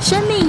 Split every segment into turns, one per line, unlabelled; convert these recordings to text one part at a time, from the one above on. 就是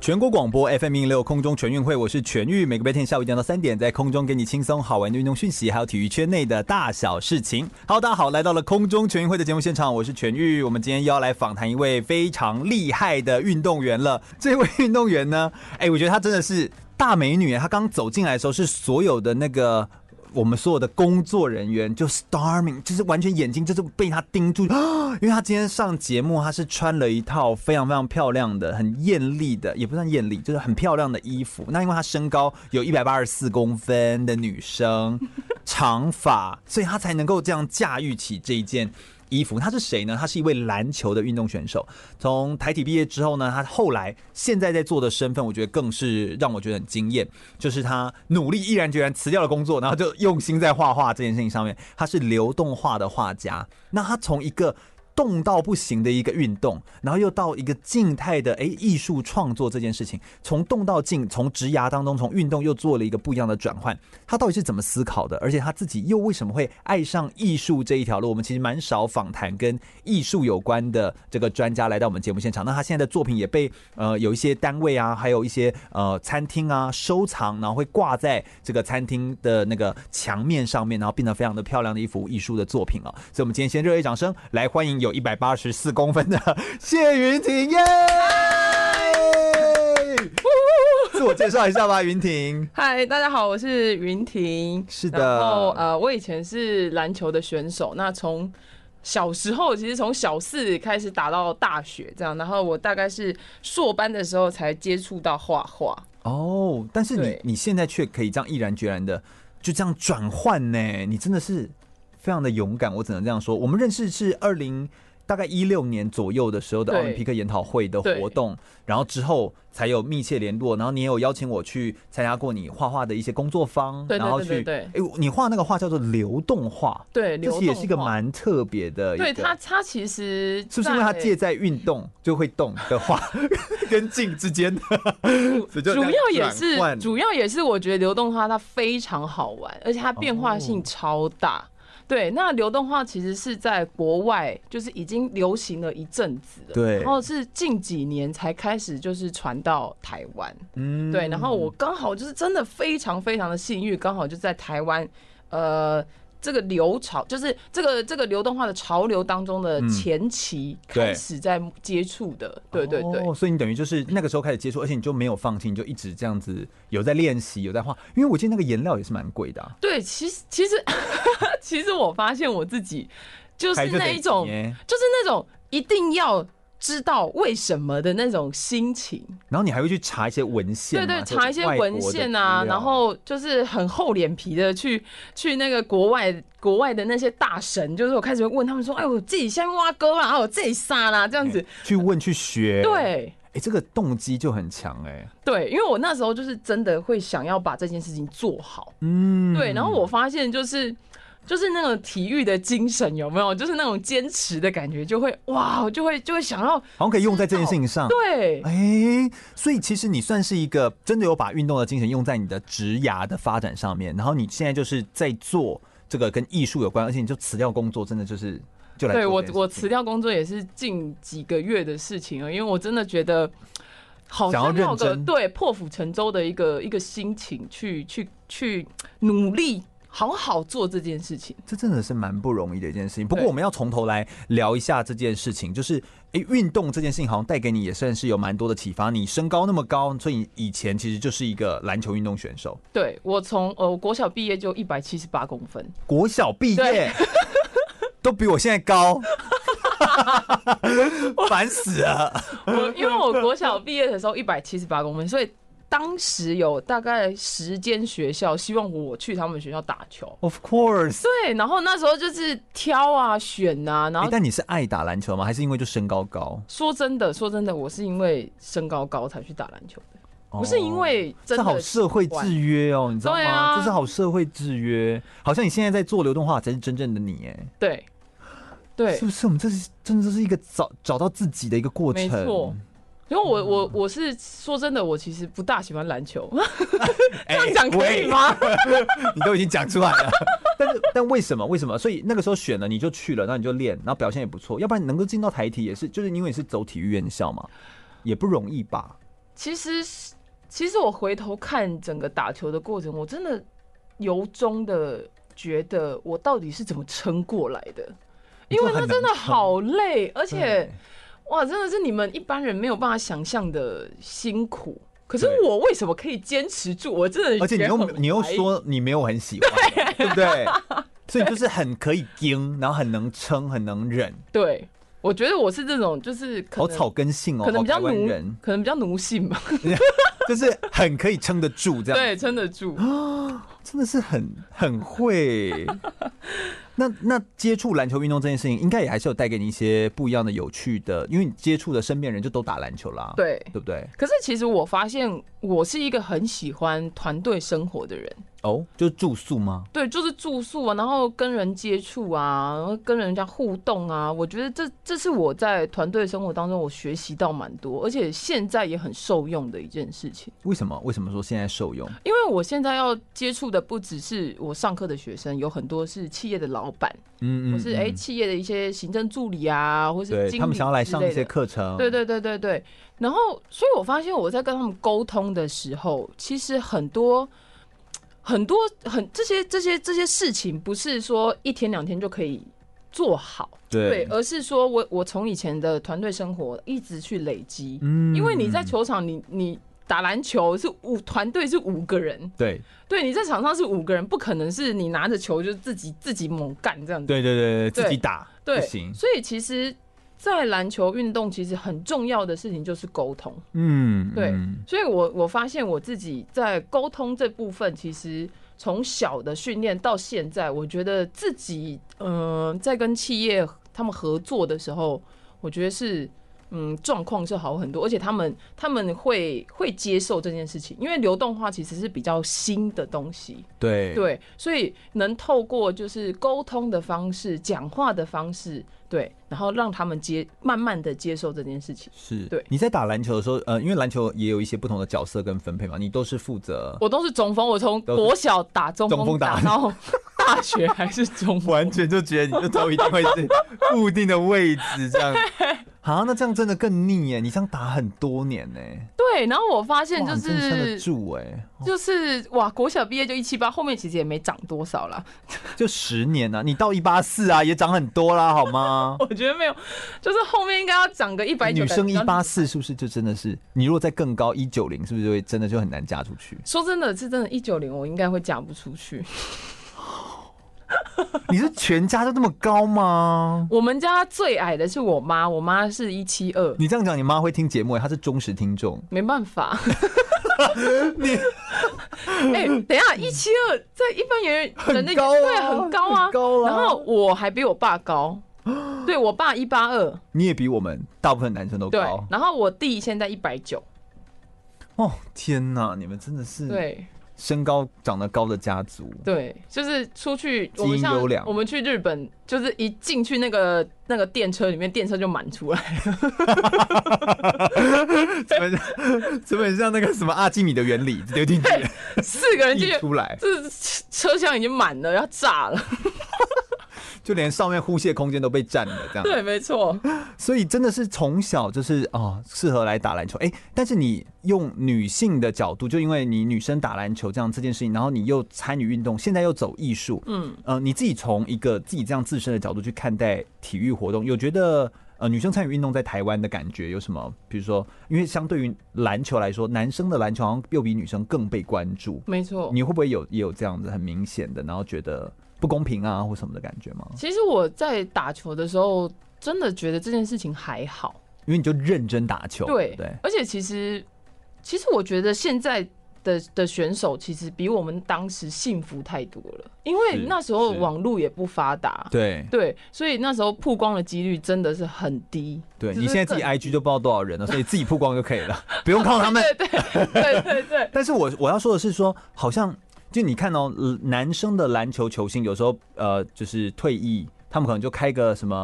全国广播 FM 一六空中全运会，我是全玉，每个白天下午一点到三点，在空中给你轻松好玩的运动讯息，还有体育圈内的大小事情。Hello，大家好，来到了空中全运会的节目现场，我是全玉。我们今天又要来访谈一位非常厉害的运动员了。这位运动员呢，哎、我觉得她真的是大美女，她刚走进来的时候是所有的那个。我们所有的工作人员就 starming，就是完全眼睛就是被她盯住， 因为她今天上节目，她是穿了一套非常非常漂亮的、很艳丽的，也不算艳丽，就是很漂亮的衣服。那因为她身高有一百八十四公分的女生， 长发，所以她才能够这样驾驭起这一件。衣服，她是谁呢？她是一位篮球的运动选手。从台体毕业之后呢，她后来现在在做的身份，我觉得更是让我觉得很惊艳，就是她努力毅然决然辞掉了工作，然后就用心在画画这件事情上面。她是流动画的画家，那她从一个动到不行的一个运动，然后又到一个静态的哎艺术创作这件事情，从动到静，从职涯当中，从运动又做了一个不一样的转换。他到底是怎么思考的？而且他自己又为什么会爱上艺术这一条路？我们其实蛮少访谈跟艺术有关的这个专家来到我们节目现场。那他现在的作品也被呃有一些单位啊，还有一些呃餐厅啊收藏，然后会挂在这个餐厅的那个墙面上面，然后变得非常的漂亮的一幅艺术的作品哦。所以，我们今天先热烈掌声来欢迎有一百八十四公分的谢云婷耶！自我介绍一下吧，云婷。
嗨，大家好，我是云婷。
是的
然后呃，我以前是篮球的选手，那从小时候其实从小四开始打到大学这样，然后我大概是硕班的时候才接触到画画。
哦，但是你
对
你现在却可以这样毅然决然的就这样转换呢，你真的是非常的勇敢，我只能这样说。我们认识是二零大概一六年左右的时候的
对
奥林匹克研讨会的
对
活动，然后之后才有密切联络，然后你也有邀请我去参加过你画画的一些工作坊，
对对
然后
对
去，
对
哎，你画那个画叫做流动画，
对，
这
流
是也是一个
动画
蛮特别的一个，
对他，他其实
是不是因为它
在
借在运动就会动的画 跟静之间的，所以就这
主
样
要也
转
是
换
主要也是我觉得流动画它非常好玩，而且它变化
哦
性超大。对，那流动画其实是在国外就是已经流行了一阵子了，
对
然后是近几年才开始就是传到台湾，
嗯
对，然后我刚好就是真的非常非常的幸运，刚好就在台湾，呃。这个流潮就是这个这个流动化的潮流当中的
嗯
前期
对
开始在接触的，对对对，
哦，所以你等于就是那个时候开始接触，而且你就没有放弃，你就一直这样子有在练习，有在画。因为我记得那个颜料也是蛮贵的、啊，
对，其实其实 其实我发现我自己就是
还就
那
得
一种，
捏
就是那种一定要知道为什么的那种心情。
然后你还会去查一些文献
对
嘛，
对，
就
查一些
外国的
文献
资料
啊，然后就是很厚脸皮的去去那个国外国外的那些大神，就是我开始会问他们说，哎，我自己先挖沟啦，然后啊我自己杀啦，这样子。
哎去问去学。，
对
哎、这个动机就很强哎、
对，因为我那时候就是真的会想要把这件事情做好。
嗯，
对，然后我发现就是就是那种体育的精神有没有？就是那种坚持的感觉，就会哇，我就会就会想要
好像可以用在这件事情上。
对。
哎、所以其实你算是一个真的有把运动的精神用在你的职涯的发展上面，然后你现在就是在做这个跟艺术有关，而且你就辞掉工作，真的就是就来
对
做
我
这，件
我
事情
辞掉工作也是近几个月的事情了，因为我真的觉得好
想要
像有
认
个
真
对破釜沉舟的一个一个心情去去去努力，好好做这件事情。
这真的是蛮不容易的一件事情。不过
对
我们要从头来聊一下这件事情，就是诶，运动这件事情好像带给你也算是有蛮多的启发。你身高那么高，所以你以前其实就是一个篮球运动选手，
对我从呃我国小毕业就一百七十八公分，
国小毕业
对
都比我现在高， 烦死了。
我因为我国小毕业的时候一百七十八公分，所以当时有大概十间学校希望我去他们学校打球。
Of course，、
对，然后那时候就是挑啊选啊，然
诶
后
但你是爱打篮球吗？还是因为就身高高？
说真的，说真的，我是因为身高高才去打篮球的，不是因
哦
为
这
真的
好社会制约哦，你知道吗？
对啊
这是好社会制约，好像你现在在做流动化才是真正的你哎。
对。对
是，不是？我们这是真的是一个找找到自己的一个过程。
没错因为我我我是说真的，我其实不大喜欢篮球，
哎，
这样讲可以
喂
吗？
你都已经讲出来了，但是但为什么？为什么？所以那个时候选了，你就去了，然后你就练，然后表现也不错，要不然你能够进到台体也是，就是因为你是走体育院校嘛，也不容易吧？
其实是，其实我回头看整个打球的过程，我真的由衷的觉得我到底是怎么撑过来的，因为那真的好累，而且
对
哇，真的是你们一般人没有办法想象的辛苦。可是
对
我为什么可以坚持住？我真的
而且你
觉得
又
很
你又
怀疑，
说你没有很喜欢， 对不对？所以你就是很可以盯，然后很能撑，很能忍，
对，我觉得我是这种就是可
好
能
草根性哦，
可能
好
比较
台湾
奴
人，，
可能比较奴性吧，
就是很可以撑得住这样。
对，撑得住。
真的是很 很会。那那接触篮球运动这件事情，应该也还是有带给你一些不一样的、有趣的，因为你接触的身边人就都打篮球啦，
对，
对不对？
可是其实我发现我是一个很喜欢团队生活的人，
哦，就是住宿吗？
对，就是住宿啊，然后跟人接触啊，然后跟人家互动啊，我觉得这这是我在团队生活当中我学习到蛮多，而且现在也很受用的一件事情。
为什么？为什么说现在受用？
因为我现在要接触的不只是我上课的学生，有很多是企业的老板，
嗯
或是哎、企业的一些行政助理啊，或是经
对
理
他们想要来
之
上
类
一些
的
课程，
对对对对对。然后，所以我发现我在跟他们沟通的时候，其实很多。很多很这些这些这些事情，不是说一天两天就可以做好，对，
对，
而是说我我从以前的团队生活一直去累积，
嗯
因为你在球场你你打篮球是五团队是五个人，
对
对，你在场上是五个人，不可能是你拿着球就自己自己猛干这样子，
对对对对，
对
自己打
对，
不行，
所以其实，在篮球运动，其实很重要的事情就是沟通。
嗯，
对
嗯
所以我我发现我自己在沟通这部分，其实从小的训练到现在，我觉得自己嗯、呃在跟企业他们合作的时候，我觉得是。嗯，状况是好很多，而且他们他们会会接受这件事情，因为流动化其实是比较新的东西，
对
对，所以能透过就是沟通的方式、讲话的方式，对，然后让他们接慢慢的接受这件事情。
是。
对
你在打篮球的时候，呃，因为篮球也有一些不同的角色跟分配嘛，你都是负责
我都是中锋，我从
都是
国小打中
中锋
锋
打
打 到大学还是中锋，
完全就觉得你就都一定会是固定的位置这 样。啊，那这样真的更腻耶！你这样打很多年呢，
对。然后我发现
哇
就
你真的撑得
是
住哎，
就是哇，国小毕业就一七八，后面其实也没长多少啦。？
就十年啊，你到一八四啊，也长很多啦，好吗
我觉得没有，就是后面应该要长个一百九。
女生一八，四是不是就真的是？你如果再更高一九零，是不是就会真的就很难嫁出去？
说真的，是真的，一九零我应该会嫁不出去。
你是全家都这么高吗？
我们家最矮的是我妈，我妈是一七二，
你这样讲，你妈会听节目耶，她是忠实听众。
没办 法。你 哎、等一下，一七二在一般人人的
很高啊
对很高啊，
很高啊
然后我还比我 爸高，对我爸一八二，
你也比我们大部分男生都
对
高，
然后我弟现在一百九，
哦！天哪，你们真的是
对
身高长得高的家族。
对，就是出去
基因
我们像
优良
我们去日本，就是一进去那个那个电车里面，电车就满 出来，
怎么怎么很像那个什么阿基米德原理丢进去，
四个人进
溢
去，
出来，
这车厢已经满了，要炸了，
就连上面呼吸的空间都被占了这样。
对，没错，
所以真的是从小就是哦，适合来打篮球。哎、但是你用女性的角度，就因为你女生打篮球这样这件事情，然后你又参与运动，现在又走艺术，
嗯。
呃，你自己从一个自己这样自身的角度去看待体育活动，有觉得呃女生参与运动在台湾的感觉有什么？比如说，因为相对于篮球来说，男生的篮球好像又比女生更被关注。
没错，
你会不会有也有这样子很明显的，然后觉得不公平啊或什么的感觉吗？
其实我在打球的时候，真的觉得这件事情还好。
因为你就认真打球，对
对
不对，
而且其实，其实我觉得现在的的选手其实比我们当时幸福太多了，因为
是
那时候
是
网络也不发达，
对
对，所以那时候曝光的几率真的是很低。
对，
就是
你现在自己
更
IG 就不知道多少人了，所以自己曝光就可以 了，不用靠他们。
对对对对对，
但是我我要说的是说，好像就你看哦，呃男生的篮球球星有时候呃就是退役。他们可能就开个什么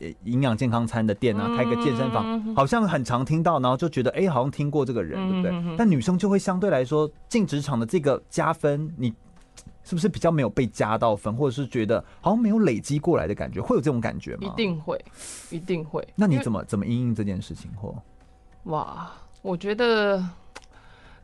呃营养健康餐的店啊，
嗯
开个健身房，好像很常听到，然后就觉得哎、好像听过这个人，对不
嗯嗯嗯
对？但女生就会相对来说进职场的这个加分，你是不是比较没有被加到分，或者是觉得好像没有累积过来的感觉，会有这种感觉吗？
一。定会，一定会。
那你
因为
怎么怎么应应这件事情？或
哇，我觉得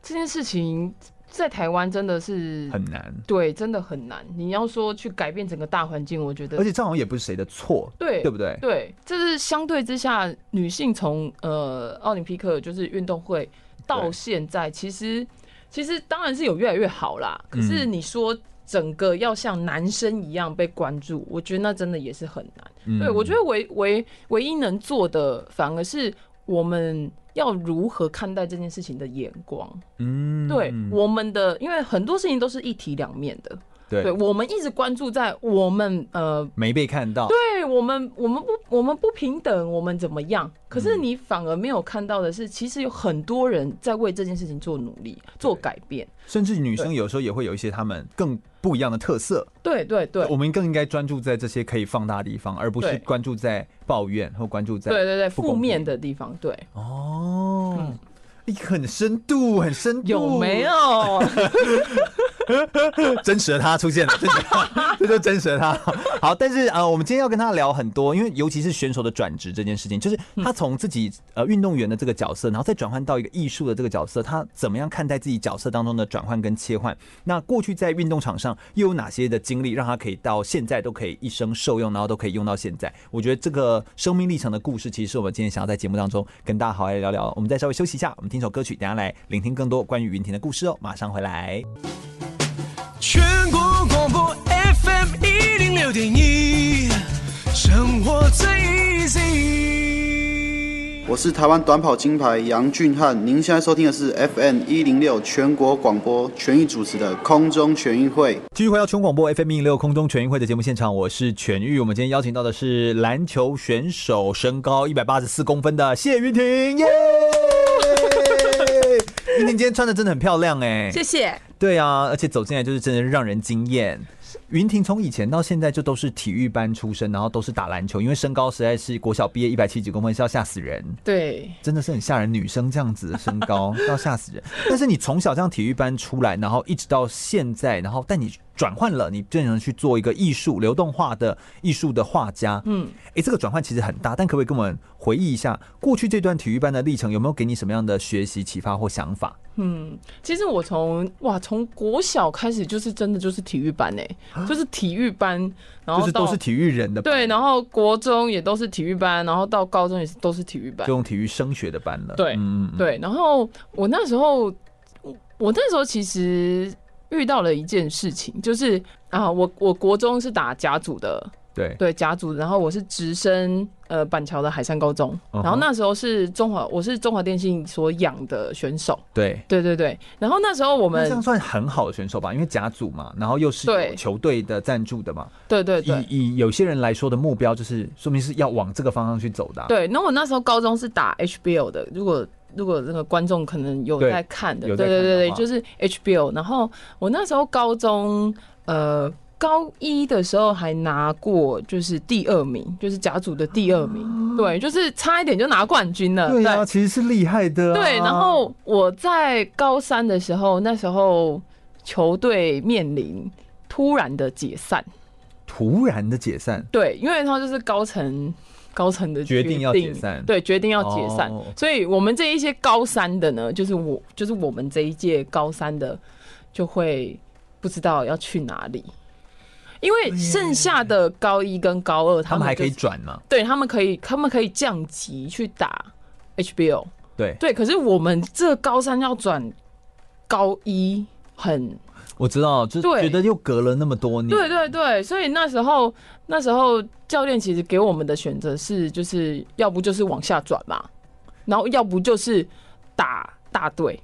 这件事情在台湾真的是
很难，
对，真的很难。你要说去改变整个大环境，我觉得
而且这好像也不是谁的错，
对
对不对？
对，这是相对之下，女性从呃奥林匹克就是运动会到
对
现在，其实其实当然是有越来越好啦。可是
嗯
你说整个要像男生一样被关注，我觉得那真的也是很难。
嗯
对，我觉得唯唯唯一能做的，反而是我们要如何看待这件事情的眼光。
嗯
对我们的，因为很多事情都是一体两面的。
对
对，我们一直关注在我们呃
没被看到，
对我们，我们不，我们不平等，我们怎么样？可是
嗯
你反而没有看到的是，其实有很多人在为这件事情做努力、做改变。
甚至女生有时候也会有一些她们更不一样的特色。
对对对
我，们更应该专注在这些可以放大的地方，而不是
对
关注在抱怨或关注在
对对对，
不
负
公平
面的地方，对，
哦。一个很深度，很深度，
有没？ 有？
真实的他出现了，真实的他 这就真实的他。好，但是呃，我们今天要跟他聊很多，因为尤其是选手的转职这件事情，就是他从自己呃运动员的这个角色，然后再转换到一个艺术的这个角色，他怎么样看待自己角色当中的转换跟切换？那过去在运动场上又有哪些的经历，让他可以到现在都可以一生受用，然后都可以用到现在？我觉得这个生命历程的故事，其实是我们今天想要在节目当中跟大家好好来聊聊。我们再稍微休息一下，我们听首歌曲，等一下来聆听更多关于云婷的故事哦。马上回来。
全国广播 FM 一零六点一，生活最 easy。
我是台湾短跑金牌杨俊翰，您现在收听的是 FM 一零六全国广播全域主持的空中全运会。
继续回到全广播 FM 一六空中全运会的节目现场，我是全玉。我们今天邀请到的是篮球选手，身高一百八十四公分的谢云婷， 耶！云婷今天穿的真的很漂亮哎、
谢谢。
对啊，而且走进来就是真的让人惊艳。云婷从以前到现在就都是体育班出身，然后都是打篮球，因为身高实在是国小毕业一百七几公分是要吓死人，
对，
真的是很吓人。女生这样子的身高要吓死人，但是你从小这样体育班出来，然后一直到现在，然后但你转换了，你变成去做一个艺术流动化的艺术的画家，嗯，哎、这个转换其实很大，但可不可以跟我们回忆一下过去这段体育班的历程，有没有给你什么样的学习启发或想法？
嗯，其实我从哇，从国小开始就是真的就是体育班诶、就是体育班，然
啊就
后
是
哦到
都是体育人的吧，
对，然后国中也都是体育班，然后到高中也是都是体育班
就，用体育升学的班了。
对
嗯，嗯嗯
对，然后我那时候，我我那时候其实遇到了一件事情，就是啊，我我国中是打甲组的，
对，
对甲组，然后我是直升呃板桥的海山高中，然后
嗯哼
那时候是中华，我是中华电信所养的选手，
对。
对对对，然后那时候我
那
们
这样算很好的选手吧，因为甲组嘛，然后又是
对
有球队的赞助的嘛。
对对对
以以有些人来说的目标，就是说明是要往这个方向去走的啊、
对，那我那时候高中是打 HBO 的，如果如果那个观众可能有
对
在看的，
有
对
在
对
看的
对对，
话
就是 HBO。然后我那时候高中呃高一的时候还拿过就是第二名，就是甲组的第二名，对，就是差一点就拿冠军了，
哦对啊，其实是厉害的啊、
对，然后我在高三的时候，那时候球队面临突然的解散，
突然的解散，
对，因为他就是高层高层的
决定
定
要解散
对，决定要解散，
哦
所以我们这一些高三的呢，就是我就是我们这一届高三的就会不知道要去哪里，因为剩下的高一跟高二
他们还可以
就是
转嘛？
对他们可以他们可以降级去打 HBO，
对，
对，可是我们这高三要转高一很
我知道，就是
对
觉得又隔了那么多年。
对对对，所以那时候那时候教练其实给我们的选择是，就是要不就是往下转嘛，然后要不就是打大队，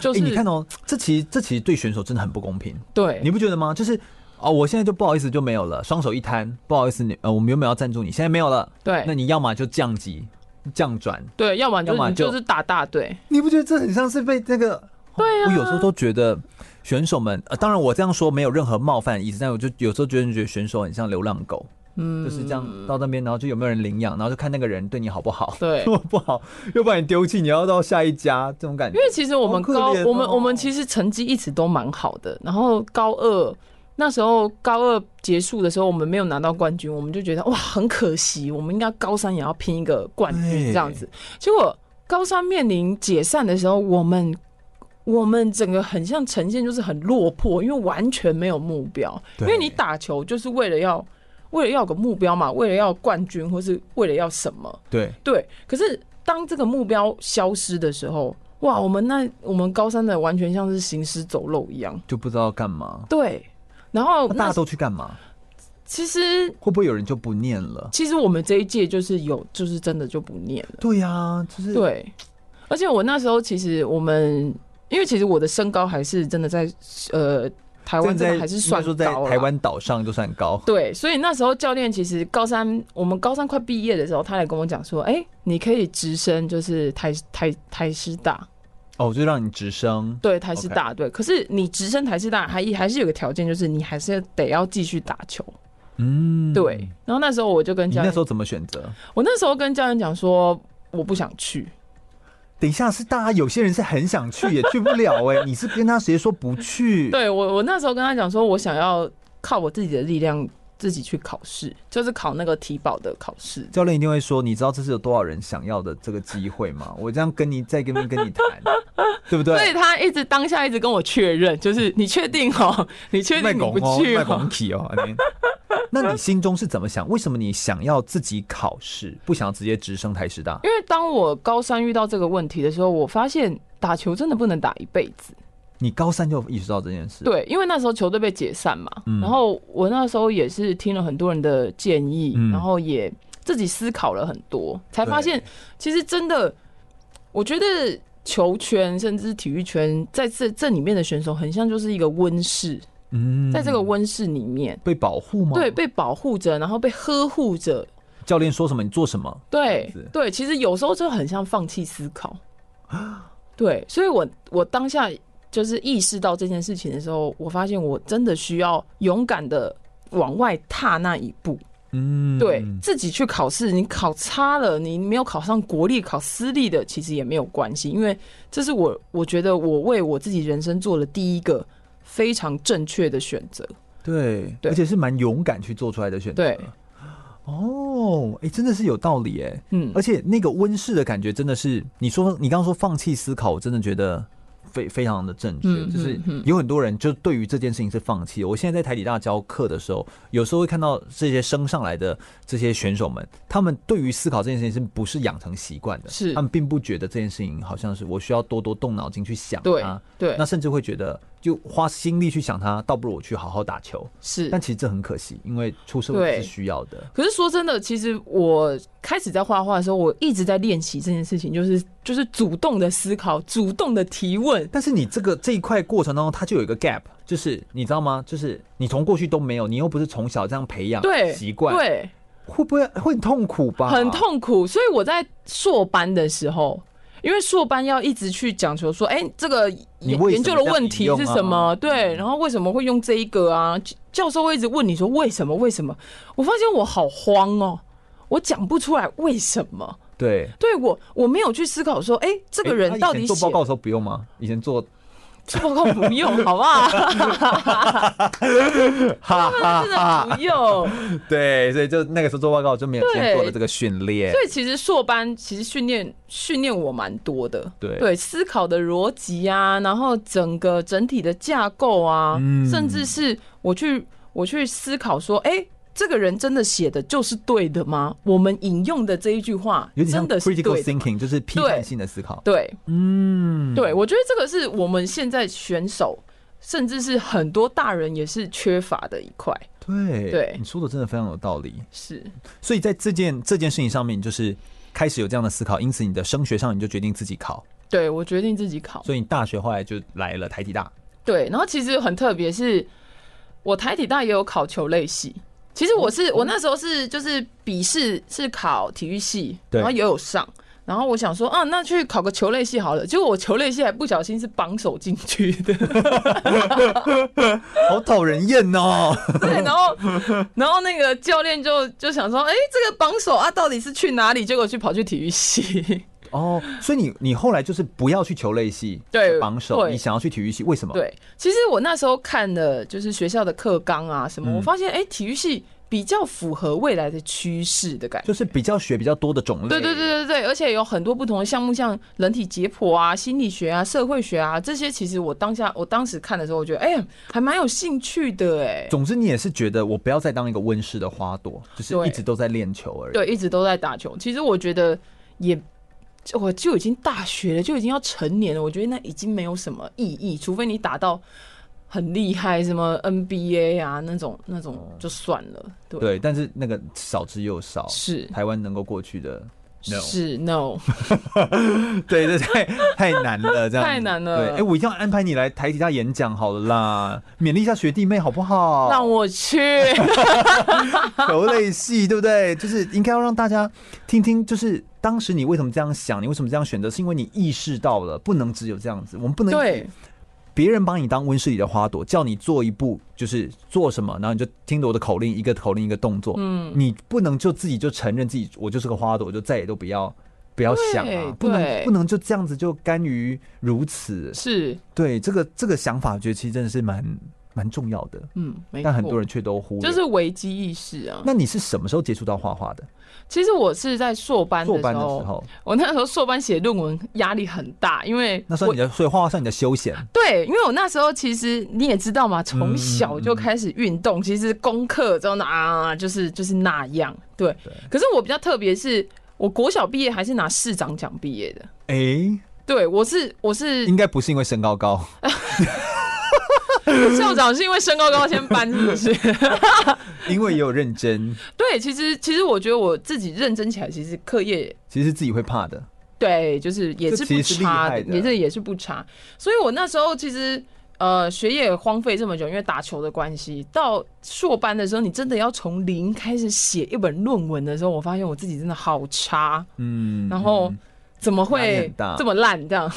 就
哎、
是、
你看哦，这其实这其实对选手真的很不公平。
对
你不觉得吗？就是哦，我现在就不好意思就没有了，双手一摊，不好意思，你呃，我们原本要赞助你，现在没有了，
对
那你要么就降级、降转，
对，要不然就
要
是
么
你
就
就是打大队，
你不觉得这很像是被那个？对
啊
我有时候都觉得选手们，呃，当然我这样说没有任何冒犯的意思，但我就有时候觉得觉得选手很像流浪狗，
嗯，
就是这样到那边，然后就有没有人领养，然后就看那个人对你好不好。
对
如果不好，又把你丢弃，你要到下一家，这种感觉
因。为其实我
好
们
可
高，
怜
我们
哦
我们其实成绩一直都蛮好的。然后高二那时候，高二结束的时候，我们没有拿到冠军，我们就觉得哇，很可惜，我们应该高三也要拼一个冠军
对
这样子。结果高三面临解散的时候，我们我们整个很像呈现就是很落魄，因为完全没有目标。因
对
为你打球就是为了要为了要有个目标嘛，为了要冠军或是为了要什么。
对，
对，可是当这个目标消失的时候，哇，我们那我们高三的完全像是行尸走肉一样。
就不知道干嘛。
对，然后
那大
那
家都去干嘛？
其实
会不会有人就不念了？
其实我们这一届就是有，就是真的就不念了。
对呀、就是
对，而且我那时候其实我们，因为其实我的身高还是真的在呃台湾
正
真
在
的还是算
应该说在
高啦
台湾岛上就算高。
对，所以那时候教练其实高三，我们高三快毕业的时候，他来跟我讲说，哎、你可以直升就是台台台师大，
哦，就让你直升。
对，台师
OK
大对，可是你直升台师大还还是有个条件，就是你还是得要继续打球。
嗯，
对，然后那时候我就跟
你
教
那
练
时，候怎么选择？
我那时候跟教练讲说，我不想去。
等一下，是大家有些人是很想去，也去不了 哎、你是跟他谁说不去？
对我，我那时候跟他讲说，我想要靠我自己的力量自己去考试，就是考那个体保的考试。
教练一定会说，你知道这是有多少人想要的这个机会吗？我这样跟你再跟跟你 谈，对不
所以
对？
他一直当下一直跟我确认，就是你确定哦，你确定你
拱
不
哦，
去
卖
哦
拱？体哦。安妮那你心中是怎么想？为什么你想要自己考试，不想直接直升台师大？
因为当我高三遇到这个问题的时候，我发现打球真的不能打一辈子。
你高三就意识到这件事，，
对，因为那时候球队被解散嘛，
嗯
然后我那时候也是听了很多人的建议，
嗯
然后也自己思考了很多，才发
对
现其实真的，我觉得球圈甚至是体育圈在这这里面的选手，很像就是一个温室，
嗯
在这个温室里面，
被保护吗？
对，，被保护着，然后被呵护着，
教练说什么你做什么，
对
这样子
对，其实有时候就很像放弃思考。对，所以我我当下就是意识到这件事情的时候，我发现我真的需要勇敢的往外踏那一步，
嗯，
对、自己去考试。你考差了，你没有考上国立，考私立的其实也没有关系，因为这是我我觉得我为我自己人生做了第一个非常正确的选择。
对，
对
而且是蛮勇敢去做出来的选择。
对，
哦，哎、真的是有道理哎、
嗯
而，且那个温室的感觉真的是，你说你刚刚说放弃思考，我真的觉得非非常的正确，
嗯
就是
嗯嗯
有很多人就对于这件事情是放弃的。我现在在台底大教课的时候，有时候会看到这些升上来的这些选手们，他们对于思考这件事情是不是养成习惯的？
是
他们并不觉得这件事情好像是我需要多多动脑筋去想啊
对
它，
对
那，甚至会觉得就花心力去想它，倒不如我去好好打球。
是
但。其实这很可惜，因为出社会
对
是需要的。
可是说真的，其实我开始在画画的时候，我一直在练习这件事情，就是就是主动的思考，主动的提问。
但是你这个这一块过程当中，它就有一个 gap，就是你知道吗？就是你从过去都没有，你又不是从小这样培养
对，
习惯，，啊
对，
会不会会很痛苦吧？
很。痛苦。所以我在硕班的时候，因为硕班要一直去讲求说，哎、这个
你
研
为什
研
么
究的问
这
题
样
是
引用啊
什么？对，然后为什么会用这一个啊？教教授会一直问你说为什么？为什么？我发现我好慌哦，我讲不出来为什么。
对，
对我，我没有去思考说，哎、这个人
诶
到
那以前
底
做
写
报告的时候不用吗？以前做，
做报告不用，好 不好？
哈哈
真的
哈。
不用。
对，所以就那个时候做报告就没有先
对
做了这个训练
所。以其实硕班其实训练训练我蛮多的，
对
思考的逻辑啊，然后整个整体的架构啊，
嗯
甚至是我去我去思考说，哎、这个人真的写的就是对的吗？我们引用的这一句话
有点像
真的是
critical
对的吗
thinking，就是批判性的思考。
对
嗯，
对，我觉得这个是我们现在选手，甚至是很多大人也是缺乏的一块，
对
对
你说的真的非常有道理。
是
所以在这件这件事情上面，你就是开始有这样的思考，因此你的升学上你就决定自己考，
对我决定自己考。
所以你大学后来就来了台体大。
对，然后其实很特别，是我台体大也有考球类系。其实我是我那时候是就是笔试是考体育系，
对
然后也有上，然后我想说，啊，那去考个球类系好了。结果我球类系还不小心是榜首进去的，
好讨人厌哦。
对，然后然后那个教练就就想说，哎、这个榜首啊，到底是去哪里？结果去跑去体育系。
哦，所以你你后来就是不要去球类系，
对
榜首，
对
你想要去体育系，为什么？，
对，其实我那时候看的就是学校的课纲啊什么，我发现哎、诶体育系比较符合未来的趋势的感觉。
就是比较学比较多的种类。
对对对对对，而且有很多不同的项目，像人体解剖啊、心理学啊、社会学啊这些，其实我当下我当时看的时候，我觉得哎、呀还蛮有兴趣的哎、
总之，你也是觉得我不要再当一个温室的花朵，就是
对
一直都在练球而已。
对，一直都在打球。其实我觉得也，我就已经大学了，就已经要成年了，我觉得那已经没有什么意义，除非你打到很厉害，什么 NBA 啊那种那种就算了。对，
对，但是那个少之又少，
是
台湾能够过去的。No，哦
是 no，
对对对，太难了，这样子
太难了
对，哎，我一定要安排你来台体大演讲好了啦，勉励一下学弟妹好不好？
让我去。
球类系，对不对？就是应该要让大家听听，就是当时你为什么这样想，你为什么这样选择，是因为你意识到了不能只有这样子，我们不能
对，
别人帮你当温室里的花朵，叫你做一步就是做什么，然后你就听着我的口令，一个口令一个动作，嗯，你不能就自己就承认自己我就是个花朵，我就再也都不要。不要想啊
对，
不能
对
不能就这样子就甘于如此。
是
对这个这个想法，我觉得其实真的是蛮蛮重要的，
嗯，没错。
但很多人却都忽略。
就是危机意识啊。
那你是什么时候接触到画画的？
其实我是在硕班
坐
的
班
时
的
候，
时候，
我那时候硕班写论文压力很大，因为
那算
我
你的，所以画画算你的休 闲。
对，因为我那时候其实你也知道嘛，从小就开始运动，其实功课真的啊，就是就是那样。对，可是我比较特别是，我国小毕业还是拿市长奖毕业的。
哎、
对，我是我是
应该不是因为身高高，
校长是因为身高高先搬，是不 是？
因为也有认真，
对，其实其实我觉得我自己认真起来，其实课业
其实自己会怕的。
对，就是也是
这
不
其实是厉
差
害的
也是也是不差。所以我那时候其实呃学业荒废这么久，因为打球的关系，到硕班的时候，你真的要从零开始写一本论文的时候，我发现我自己真的好差，
嗯，
然后怎么
压力
会
很大
这么烂这样？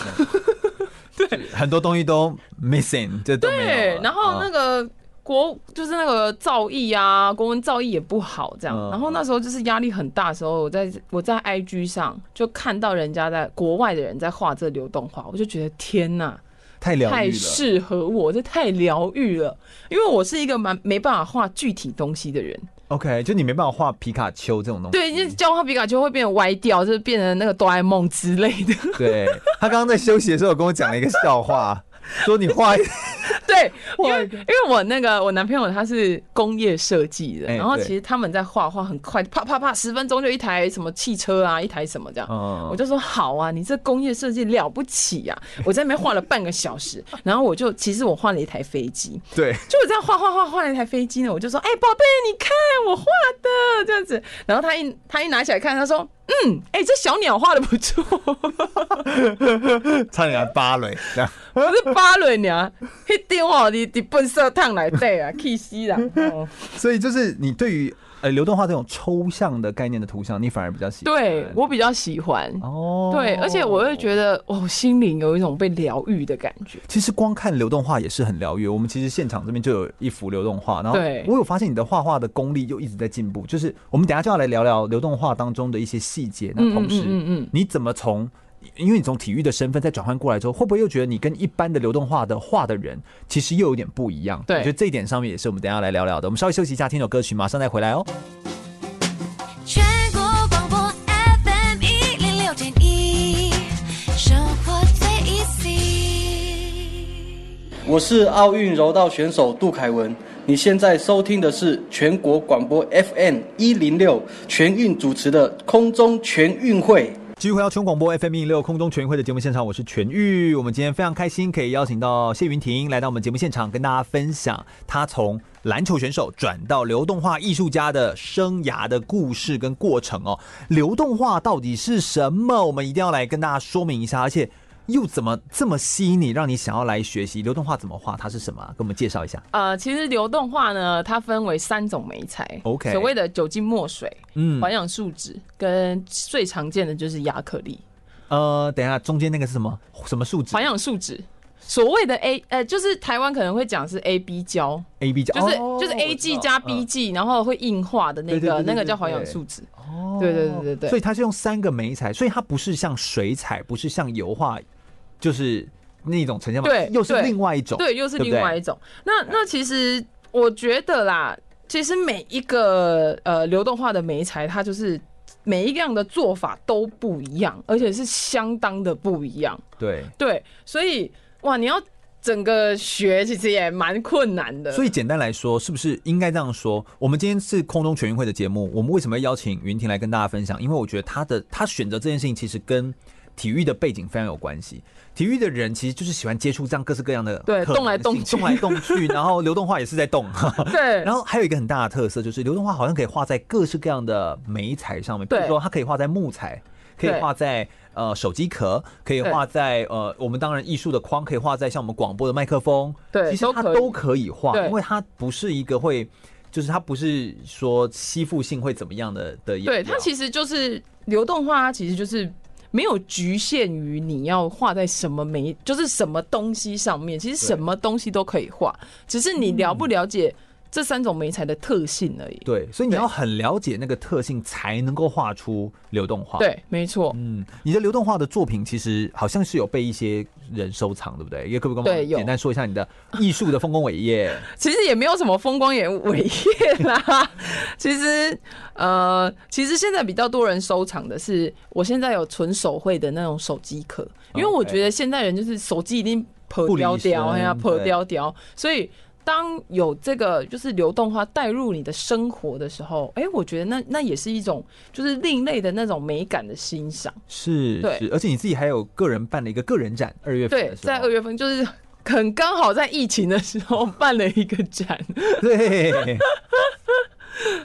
很多东西都 missing，这都没有
对
了。，
然后那
啊
个。国就是那个造诣啊，国文造诣也不好，这样。
嗯
然后那时候就是压力很大的时候，我在我在 IG 上就看到人家在国外的人在画这流动画，我就觉得天呐，
太疗
太
愈了。
适合我，这太疗愈了。因为我是一个蛮没办法画具体东西的人，
OK，就你没办法画皮卡丘这种东西。
对，就是交换皮卡丘会变得歪掉，就是变成那个哆啦 A 梦之类 的。
对，他刚刚在休息的时候有跟我讲了一个笑话，说你画一
对，因为因为我那个我男朋友他是工业设计的，
哎
然后
对
其实他们在画画很快，啪啪啪，十分钟就一台什么汽车啊，一台什么这样。
嗯
我就说好啊，你这工业设计了不起呀、啊！我在那边画了半个小时，然后我就其实我画了一台飞机，
对，
就我这样画画画画了一台飞机呢，我就说：“哎、宝贝，你看我画的这样子。”然后他一他一拿起来看，他说：“嗯，哎、这小鸟画的 不错，
差点来芭蕾这样。
我是啊芭蕾鸟，一丢哦，你你笨色烫来对啊，气死人！哦
所以就是你对于呃流动画这种抽象的概念的图像，你反而比较喜欢。
对我比较喜欢，
哦，
对，而且我会觉得哦，心灵有一种被疗愈的感觉。
其实光看流动画也是很疗愈。我们其实现场这边就有一幅流动画，然后
对
我有发现你的画画的功力又一直在进步。就是我们等一下就要来聊聊流动画当中的一些细节。那同时，
嗯嗯嗯嗯
你怎么从？因为你从体育的身份再转换过来之后，会不会又觉得你跟一般的流动画的画的人其实又有点不一样？
对
我觉得这一点上面也是我们等一下来聊聊的。我们稍微休息一下，听首歌曲，马上再回来哦。
全国广播 FM 一零六点一，生活最 easy。
我是奥运柔道选手杜凯文。你现在收听的是全国广播 FM 一零六全运主持的空中全运会。
继续回到全广播 FM 一六空中全运会的节目现场，我是全玉。我们今天非常开心，可以邀请到谢云婷来到我们节目现场，跟大家分享她从篮球选手转到流动画艺术家的生涯的故事跟过程哦。流动画到底是什么？我们一定要来跟大家说明一下，而且。又怎么这么吸引你，让你想要来学习流动画怎么画？它是什么啊、给我们介绍一下。
呃，其实流动画呢，它分为三种媒材
OK
所谓的酒精墨水、
嗯
环氧树脂，跟最常见的就是亚克力。
呃，等一下，中间那个是什么？什么树脂
环氧树脂，所谓的 A，呃，就是台湾可能会讲是 A B 胶，
？A B 胶，
就是、
哦
就是 A
我
G
知道
加 B
嗯
G，、然后会硬化的那
对对对
个，
对
那个
对
叫环
对
氧树脂。
哦
对对对对对
所以它是用三个媒材，所以它不是像水彩，不是像油画，就是那种呈现方式，
对
又是
对
另外一种，
对，又是
对不嗯
另外
对
一种。那那其实我觉得啦，其实每一个呃流动化的媒材，它就是每一样的做法都不一样，而且是相当的不一样。
对。
对，所以哇，你要整个学其实也蛮困难的。
所以简单来说，是不是应该这样说？我们今天是空中全运会的节目，我们为什么要邀请云婷来跟大家分享？因为我觉得她的她选择这件事情，其实跟体育的背景非常有关系。体育的人其实就是喜欢接触这样各式各样的
对
可
动来
能
动
性
去
动来动去，然后流动化也是在动。
对，
然后还有一个很大的特色就是流动画好像可以画在各式各样的媒材上面，比如
对
说它可以画在木材，可以
对
画在呃手机壳，可以
对
画在呃我们当然艺术的框，可以画在像我们广播的麦克风，
对
其实
都
它
可以
都可以画，
对
因为它不是一个会。就是它不是说吸附性会怎么样的的，
对，它其实就是流动化，它其实就是没有局限于你要画在什么媒，就是什么东西上面，其实什么东西都可以画，只是你了不了解这三种媒材的特性而已。
对，所以你
对
要很了解那个特性，才能够画出流动画。，
对，没错，
嗯，你的流动画的作品其实好像是有被一些人收藏，对不对？也可不可以跟我
对
们
有
简单说一下你的艺术的丰功伟业？
其实也没有什么风光也伟业啦。 其实，呃，其实现在比较多人收藏的是，我现在有纯手绘的那种手机壳，因为我觉得现代人就是手机一定
不
破
离
雕雕，
身
哎呀，破
对
雕雕，所以。当有这个就是流动化带入你的生活的时候，哎、我觉得那那也是一种就是另类的那种美感的欣赏。
是，
对
是，而且你自己还有个人办了一个个人展，二月份
对
的，时候
在二月份就是很刚好在疫情的时候办了一个展， 哦
对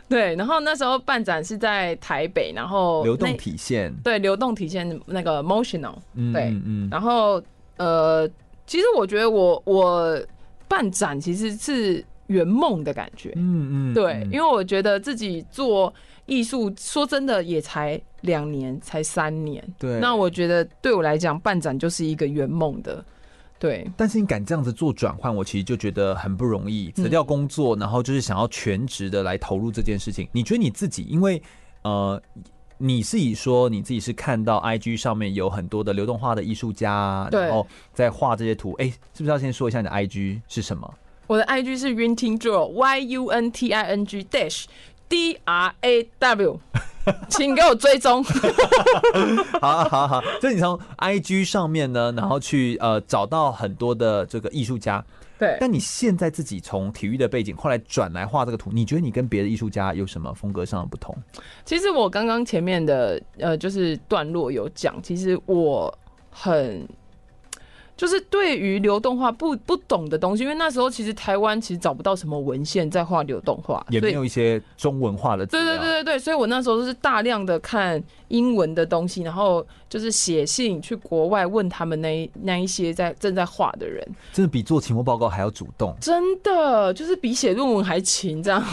对，然后那时候办展是在台北，然后
流动
那
体现，
对流动体现那个 motional，
嗯
对
嗯嗯
然后呃，其实我觉得我我办展其实是圆梦的感觉，
嗯嗯，
对，
嗯
因为我觉得自己做艺术，说真的也才两年，才三年，
对
那我觉得对我来讲办展就是一个圆梦的，对，
但是你敢这样子做转换，我其实就觉得很不容易。辞掉工作，然后就是想要全职的来投入这件事情。你觉得你自己，因为呃，你是以说你自己是看到 IG 上面有很多的流动画的艺术家啊，
对
然后在画这些图，哎、是不是要先说一下你的 IG 是什么？
我的 IG 是 Yunting Draw Y U N T I N G dash D R A W，请给我追踪。
好好好，所以你从 IG 上面呢，然后去呃找到很多的这个艺术家。
对，
但你现在自己从体育的背景，后来转来画这个图，你觉得你跟别的艺术家有什么风格上的不同？
其实我刚刚前面的呃，就是段落有讲，其实我很。就是对于流动画不不懂的东西，因为那时候其实台湾其实找不到什么文献在画流动画，
也
所以
没有一些中文化的资
对对
料。
对对对，所以我那时候就是大量的看英文的东西，然后就是写信去国外问他们那一那一些在正在画的人，，
真的比做期末报告还要主动
真的就是比写论文还勤，这样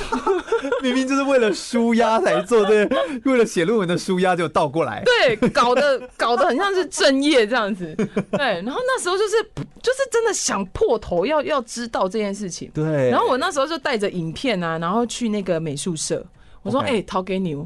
明明就是为了舒压才做这，为了写论文的舒压就倒过来。
对，搞得搞得很像是正业这样子，对。然后那时候就是就是真的想破头要要知道这件事情，
对，
然后我那时候就带着影片啊，然后去那个美术社，我说：“哎
OK
陶给牛，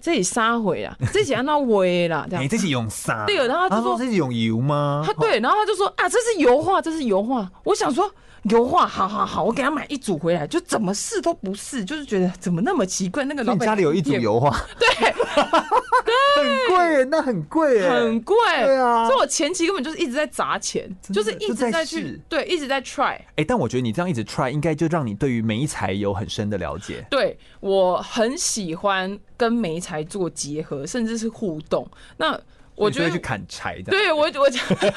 这里杀回啦，这集按照围啦，这
你
样。”
自己哎用啥？
啊对然后他就说
自己用油吗？
他对，然后他就说啊，这是油画，这是油画。我想说油画，好好好，我给他买一组回来，就怎么试都不是，就是觉得怎么那么奇怪。那个
所
老
以你
板
家里有一组
也
油画，对， 很贵，那很贵，
很贵，
对啊
所以我前期根本就是一直在砸钱，
真的
就是
就
一直
在
在
试
去对，一直在 try。
哎、但我觉得你这样一直 try，应该就让你对于媒材有很深的了解。
对我很喜欢跟媒材做结合，甚至是互动。那我觉
就会去
得。
砍柴的。
对我，我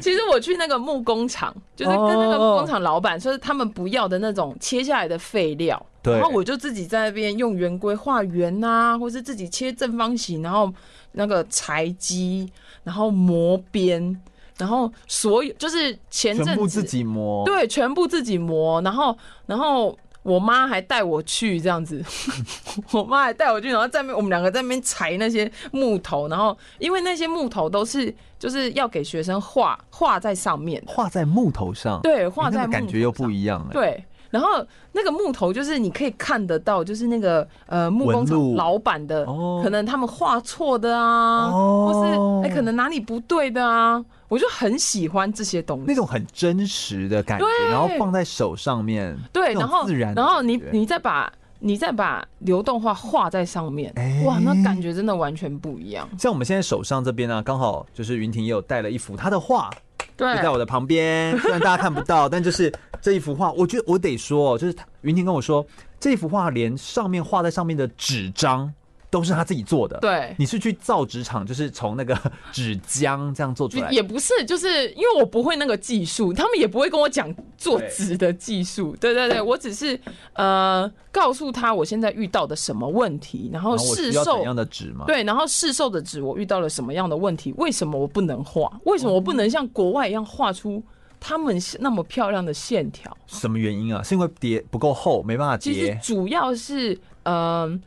其实我去那个木工厂，就是跟那个木工厂老板说，他们不要的那种切下来的废料，
对
然后我就自己在那边用圆规画圆呐，或是自己切正方形，然后那个裁机，然后磨边，然后所有就是前阵
全部
子
自己磨。，
对，全部自己磨，然后然后我妈还带我去这样子， 我妈还带我去，然后在那边我们两个在那边裁那些木头，然后因为那些木头都是就是要给学生画画在上面的，
画在木头上。
对，
哎
画
那
在
个
木
感觉
头
又
上
不一样哎。
对，然后那个木头就是你可以看得到，就是那个呃木工
纹路
厂老板的，
哦
可能他们画错的啊，
哦
或是哎、可能哪里不对的啊，我就很喜欢这些东西。
那种很真实的感觉，
对
然后放在手上面，
对，
那种
然后
自然的
然后你
感觉
你再把你再把流动画画在上面，
哎
哇，那感觉真的完全不一样。
像我们现在手上这边呢、刚好就是云婷也有带了一幅她的画，
对
就在我的旁边，虽然大家看不到，但就是这一幅画，我觉得我得说哦，就是她云婷跟我说，这幅画连上面画在上面的纸张都是她自己做的。，
对，
你是去造纸厂，就是从那个纸浆这样做出来的。
也不是，就是因为我不会那个技术，他们也不会跟我讲做纸的技术。对对对，我只是呃告诉他我现在遇到的什么问题，然后
然后我
哦市
需要怎
售
样的纸吗？，
对，然后市售的纸我遇到了什么样的问题？为什么我不能画？为什么我
嗯
不能像国外一样画出他们那么漂亮的线条？
什么原因啊？是因为叠不够厚，没办法
其实
叠，
主要是嗯。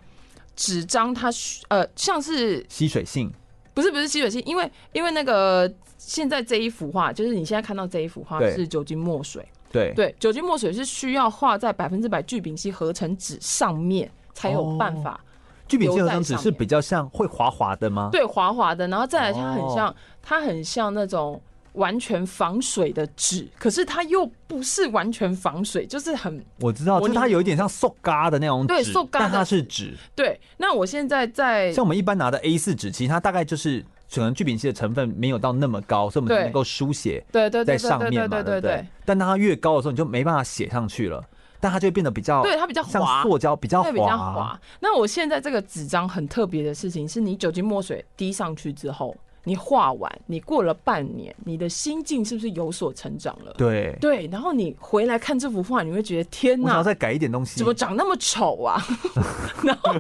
纸张它需呃像是
吸水性。
不是不是吸水性，因为因为那个现在这一幅画，就是你现在看到这一幅画
对
是酒精墨水，
对，
对，酒精墨水是需要画在百分之百聚丙烯合成纸上面才有办法，
哦聚丙烯合成
留在
纸
上面
是比较像会滑滑的吗？
对，滑滑的，然后再来它很
哦
像，它很像那种完全防水的纸，可是它又不是完全防水，就是很
我知道，就
模
是
拟
它有一点像塑嘎的那种纸，
对塑嘎的
但它是纸。
对。那我现在在
像我们一般拿的 A 4纸，其实它大概就是可能聚丙烯的成分没有到那么高，所以我们
对
才能够书写
对对
在
对对
上
对
面
对
嘛，对不
对对
对
对。？
但当它越高的时候，你就没办法写上去了，但它就会变得比较，
对它比较滑
像塑胶比较
对，比较滑。那我现在这个纸张很特别的事情是，你酒精墨水滴上去之后，你画完，你过了半年，你的心境是不是有所成长了？
对，
对，然后你回来看这幅画，你会觉得天
我想要
哪，
再改一点东西，
怎么长那么丑啊？ 然后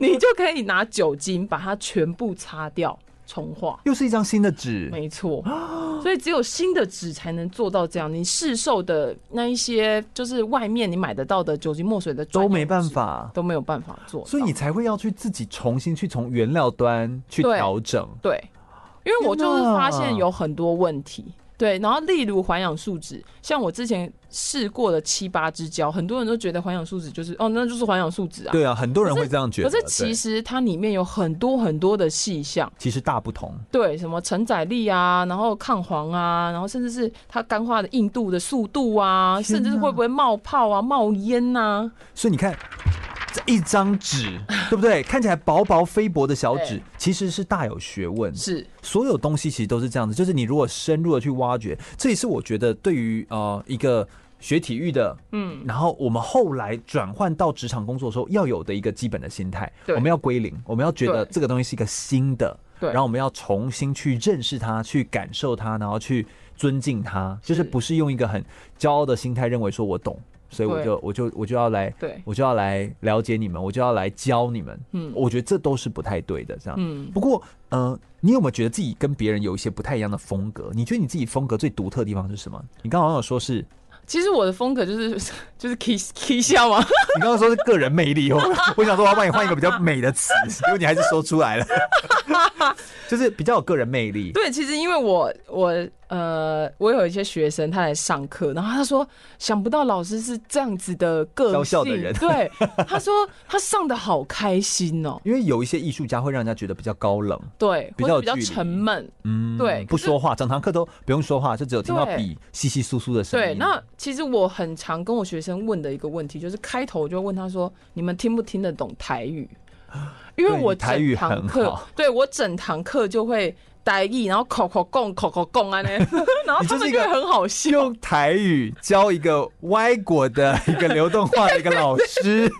你就可以拿酒精把它全部擦掉，重画。
又是一张新的纸？
没错， 所以只有新的纸才能做到这样。你市售的那一些，就是外面你买得到的酒精墨水的，
都没办，法，
都没有办法做到。
所以你才会要去自己重新去从原料端去
对
调整。
对，因为我就是发
天
现
哪
有很多问题。对，然后例如环氧树脂，像我之前试过的七八支胶，很多人都觉得环氧树脂就是哦，那就是环氧树脂啊。
对啊，很多人会这样觉得。
可是其
对
实它里面有很多很多的细项，
其实大不同，
对，什么承载力啊，然后抗黄啊，然后甚至是它干化的硬度的速度啊，
天
甚至是
哪
会不会冒泡啊、冒烟呐、
所以你看这一张纸，对不对？看起来薄薄菲薄的小纸
对，
其实是大有学问。
是
所有东西其实都是这样子，就是你如果深入的去挖掘，这也是我觉得对于呃一个学体育的，嗯，然后我们后来转换到职场工作的时候要有的一个基本的心态，
对
我们要归零，我们要觉得
对
这个东西是一个新的，
对
然后我们要重新去认识它，去感受它，然后去尊敬它，就是
是
不是用一个很骄傲的心态认为说我懂，所以我
对
就我就我就要来，
对
我就要来了解你们，我就要来教你们，嗯，我觉得这都是不太对的，这样，
嗯
不过，呃，你有没有觉得自己跟别人有一些不太一样的风格？你觉得你自己风格最独特的地方是什么？你刚刚好像有说是，
其实我的风格就是 就是 kiss kiss 笑嘛，
你刚刚说是个人魅力哦。 我想说，我要帮你换一个比较美的词， 结果你还是说出来了，就是比较有个人魅力。
对，其实因为我我呃，我有一些学生他来上课，然后他说想不到老师是这样子的个性，
高效的人
对，他说他上的好开心哦，
因为有一些艺术家会让人家觉得比较高冷，
对，
比
或
较
者
有
比较
距离
沉闷，
嗯，
对
不
可是
说话，整堂课都不用说话，就只有听到
对
笔稀稀疏疏的声音。
对。那其实我很常跟我学生问的一个问题，就是开头我就问他说：“你们听不听得懂台语？”因为
对
我
你台语
整
很
堂课
好，
对我整堂课就会台语，然后口口供口口供啊呢， 然后
你就是
他们
一
就
个
会很好笑，
用台 语教一个外国的一个流动化的一个老师，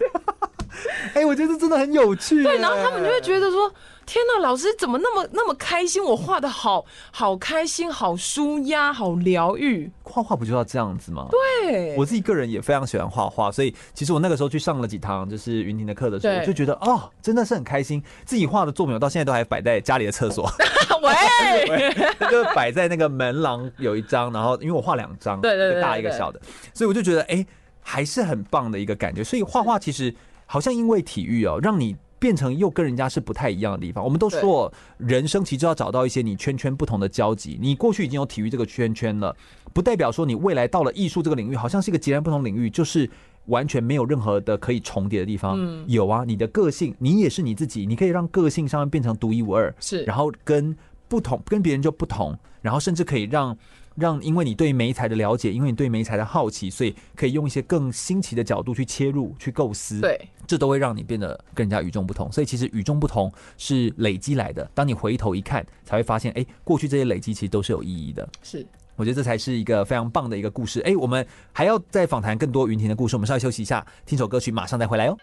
哎、我觉得这真的很有趣耶。
对，然后他们就会觉得说：“天呐，老师怎么那么那么开心？我画的好好开心，好舒压，好疗愈。
画画不就要这样子吗？”对，
对，
我自己个人也非常喜欢画画，所以其实我那个时候去上了几堂就是云婷的课的时候，
对
我就觉得哦，真的是很开心。自己画的作品，我到现在都还摆在家里的厕所，
喂，
就摆在那个门廊有一张，然后因为我画两张，
对对对
一个大一个
对对
小的，所以我就觉得哎、还是很棒的一个感觉。所以画画其实好像因为体育哦，让你。变成又跟人家是不太一样的地方。我们都说，人生其实要找到一些你圈圈不同的交集。你过去已经有体育这个圈圈了，不代表说你未来到了艺术这个领域，好像是一个截然不同领域，就是完全没有任何的可以重叠的地方。
嗯
有啊，你的个性，你也是你自己，你可以让个性上面变成独一无二，
是
然后跟不同，跟别人就不同，然后甚至可以让让，因为你对媒材的了解，因为你对媒材的好奇，所以可以用一些更新奇的角度去切入，去构思，
对，
这都会让你变得跟人家与众不同。所以其实与众不同是累积来的，当你回头一看，才会发现，哎，过去这些累积其实都是有意义的。
是
我觉得这才是一个非常棒的一个故事。哎，我们还要再访谈更多云婷的故事，我们稍微休息一下，听首歌曲，马上再回来哦。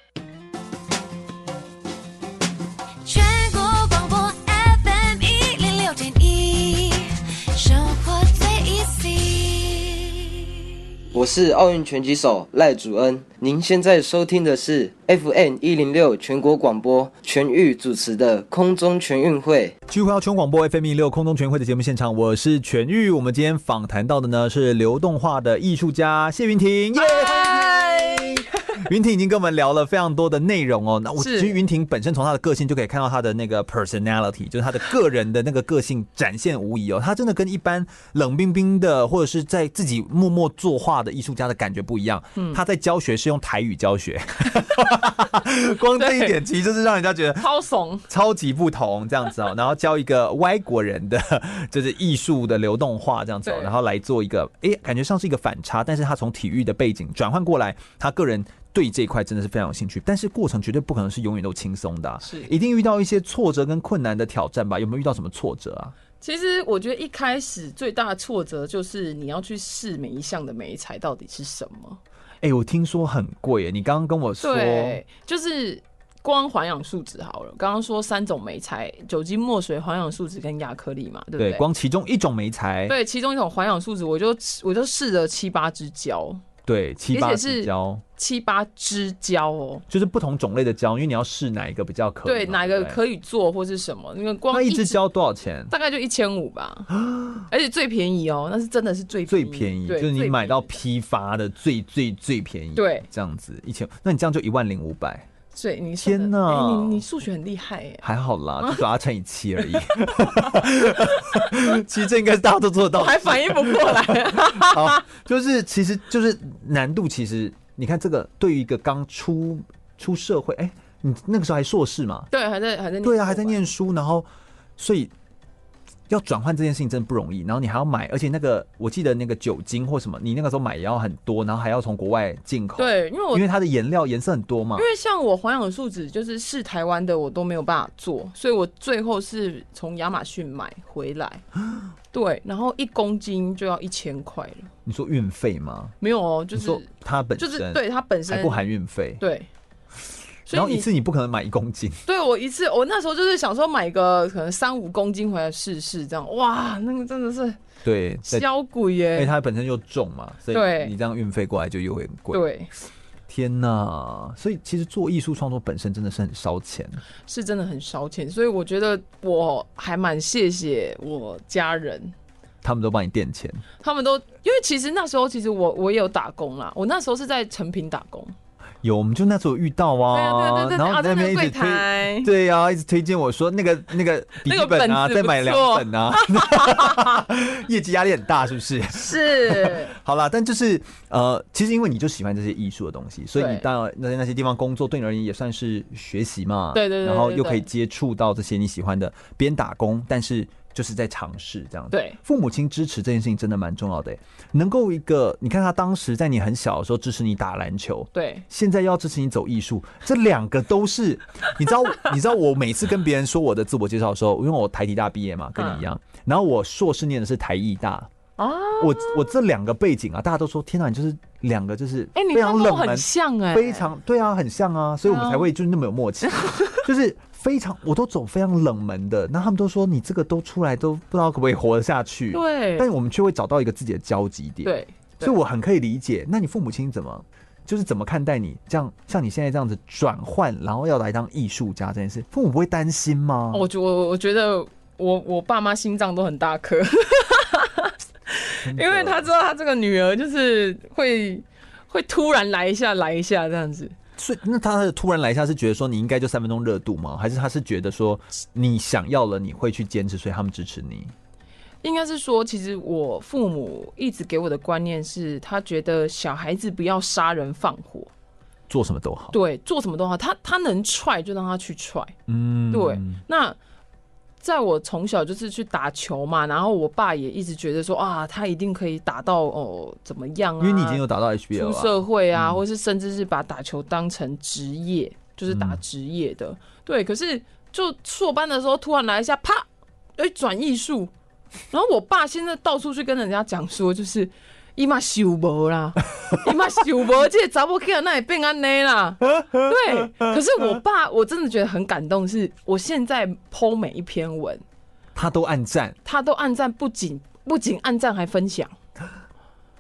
全国广播 FM 一零六点一，生活最 easy。
我是奥运拳击手赖祖恩，您现在收听的是 FN 一零六全国广播全域主持的空中全运会。
聚会要全广播 FM 六空中全运会的节目现场，我是全玉。我们今天访谈到的呢是流动画的艺术家谢云婷，耶、欢迎你云婷已经跟我们聊了非常多的内容哦。那我其
是
实云婷本身从她的个性就可以看到她的那个 personality，就是她的个人的那个个性展现无疑哦。她真的跟一般冷冰冰的或者是在自己默默作画的艺术家的感觉不一样。她在教学是用台语教学， 光这一点其实就是让人家觉得
超怂，
超级不同这样子 哦，然后教一个外国人的 就是艺术的流动化这样子哦，
对
然后来做一个，诶，感觉上是一个反差，但是他从体育的背景转换过来，他个人对这一块真的是非常有兴趣，但是过程绝对不可能是永远都轻松的啊、
是
一定遇到一些挫折跟困难的挑战吧？有没有遇到什么挫折啊？
其实我觉得一开始最大的挫折就是你要去试每一项的美材到底是什么。
诶，我听说很贵耶，你刚刚跟我说，
对，就是光环氧树脂好了，刚刚说三种媒材：酒精、墨水、环氧树脂跟亚克力嘛，对不
对
对？
光其中一种媒材，
对，其中一种环氧树脂，我就我就试了七八支胶，
对，七
而
八
且
支
是
胶，
七八支胶哦。
就是不同种类的胶，因为你要试哪一个比较可以嘛，
对，哪
对
个
不对
可以做或是什么？因为光
那一支
支
胶多少钱？
大概就一千五吧， 而且最便宜哦，那是真的是最
最
宜
便宜，就
嗯对
是你
最
买到
便
批
宜
发的最最最便宜，
对
这样子一千，那你这样就一万零五百，
最你说的
天哪
哎你你数学很厉害哎，
还好啦，就把它乘以七而已。 其实这应该是大家都做得
我
到，
还反应不过来。
好，就是其实就是难度，其实你看这个对于一个刚出出社会，哎、你那个时候还硕士嘛，
对，还在还在念
对啊，
书
还在
吧
念书，然后所以要转换这件事情真的不容易，然后你还要买，而且那个我记得那个酒精或什么，你那个时候买也要很多，然后还要从国外进口，
对，因为我
因为它的颜料颜色很多嘛
因。为像我环氧树脂就是是台湾的，我都没有办法做，所以我最后是从亚马逊买回来。 对，然后一公斤就要一千块了，
你说运费吗？
没有哦，就
你说
是
它本
就
身
是对它本身
还不含运费，
对，所
然后
以
一
你
次你不可能买一公斤，
对我一次，我那时候就是想说买个可能三五公斤回来试试，这样哇，那个真的是
对，在
销鬼
因为
耶，
它本身就重嘛，所以
对
你这样运费过来就又会很贵。，
对，
天哪！所以其实做艺术创作本身真的是很烧钱。
是真的很烧钱，所以我觉得我还蛮谢谢我家人，
他们都帮你垫钱，
他们都因为其实那时候其实我我也有打工啦，我那时候是在成品打工，
有我们就那时候有遇到啊，
对啊对啊对啊对啊
然后你
啊
那
在那
边
个
一直
柜
推
台，
对啊，一直推荐我说那个那个笔记本啊，
那个本子
再买
不
两
错
本啊， 业绩压力很大，是不是？
是
好啦，但就是呃，其实因为你就喜欢这些艺术的东西，所以你
对
到那些那些地方工作，对你而言也算是学习嘛。
对对对对
然后又
对
可以接触到这些你喜欢的，边打工，但是就是在尝试这样子。
对
父母亲支持这件事情真的蛮重要的耶，欸能够一个，你看他当时在你很小的时候支持你打篮球。
对
现在要支持你走艺术，这两个都 是，你知道，你知道我每次跟别
嗯
人说我的自我介绍的时候，因为我台体大毕业嘛，跟你一样，然后我硕士念的是台艺大，
啊，
我我这两个背景啊，大家都说天哪，你就是两个就是
哎、你
非常
跟我
冷门
很，像哎、
非常对啊，很像啊，所以我们
对啊
才会就是那么有默契， 就是非常我都走非常冷门的，那他们都说你这个都出来都不知道可不可以活得下去，
对
但我们却会找到一个自己的交集点，，
对，
所以我很可以理解，那你父母亲怎么？就是怎么看待你这样，像你现在这样子转换，然后要来当艺术家这件事，父母不会担心吗？
我觉我我觉得我我爸妈心脏都很大颗，
真的
因为他知道他这个女儿就是会会突然来一下来一下这样子。
所以，那他的突然来一下是觉得说你应该就三分钟热度吗？还是他是觉得说你想要了，你会去坚持，所以他们支持你？
应该是说，其实我父母一直给我的观念是，他觉得小孩子不要杀人放火，
做什么都好。
对，做什么都好，他他能踹就让他去踹。
嗯，
对，那在我从小就是去打球嘛，然后我爸也一直觉得说啊，他一定可以打到哦怎么样啊？
因为你已经有达到 HBO
出
了、嗯
社会啊，或是甚至是把打球当成职业，就是
嗯
打职业的。对，可是就硕班的时候突然来一下，啪，哎、转艺术。然后我爸现在到处去跟人家讲说，就是伊妈修 无啦，伊妈修无，这查某囝那也变安 尼啦。对，可是我爸我真的觉得很感动是，我现在剖每一篇文，
他都暗战。
他都按赞，不仅不仅按赞还分享。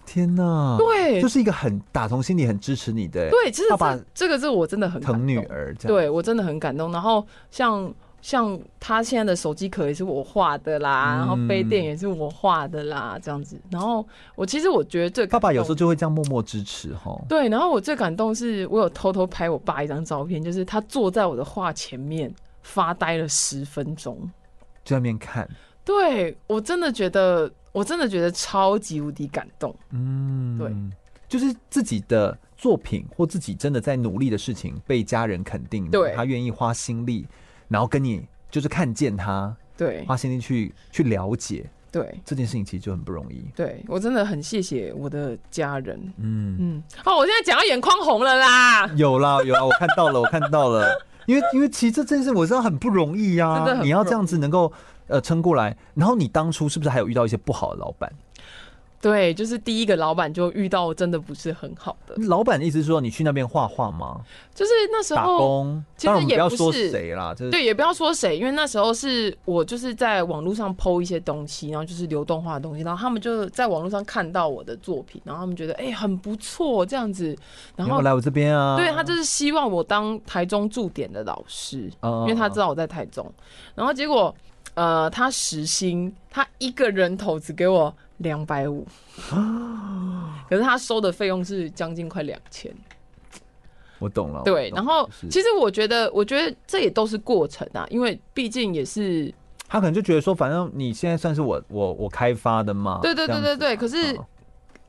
天哪，
对
就是一个很打从心里很支持你的、
对，其实
爸爸
这这个是我真的很感
疼女
动
儿这样。
对我真的很感动。然后像像他现在的手机壳也是我画的
嗯
啦，然后杯垫也是我画的啦，这样子。然后我其实我觉得最
爸
感
爸有时候
动
就会这样默默支持哈。
对，然后我最感动是我有偷偷拍我爸一张照片，就是他坐在我的画前面发呆了十分钟。
就在那边看，
对我真的觉得，我真的觉得超级无敌感动。
嗯，
对，
就是自己的作品或自己真的在努力的事情被家人肯定，
对
他愿意花心力，然后跟你就是看见他，
对
花心力去去了解
对
这件事情，其实就很不容易。
对，我真的很谢谢我的家人。
嗯，
嗯，哦，我现在讲到眼眶红了啦。
有啦 有啦，我看到了，我看到了。因为因为其实这件事我知道很不容易呀、
真的很不
你要这样子能够呃撑过来，然后你当初是不是还有遇到一些不好的老板？
对，就是第一个老板就遇到真的不是很好的，
老板的意思是说你去那边画画吗？
就是那时
打
候
工？
其实
当然我们
也
不要
不
说
是
谁啦，就是
对，也不要说谁，因为那时候是我就是在网络上剖一些东西，然后就是流动化的东西，然后他们就在网络上看到我的作品，然后他们觉得哎、很不错这样子，
你
然
要
后
不要来我这边啊？
对他就是希望我当台中驻点的老师，
哦
因为他知道我在台中，然后结果呃他时薪他一个人头只给我两百 五，可是他收的费用是将近快两千。
我懂了。
对
我，懂
然后
就是
其实我觉得，我觉得这也都是过程啊，因为毕竟也是，
他可能就觉得说，反正你现在算是我我我开发的嘛。
对对对对对。可
这样
是
子嗯嘛，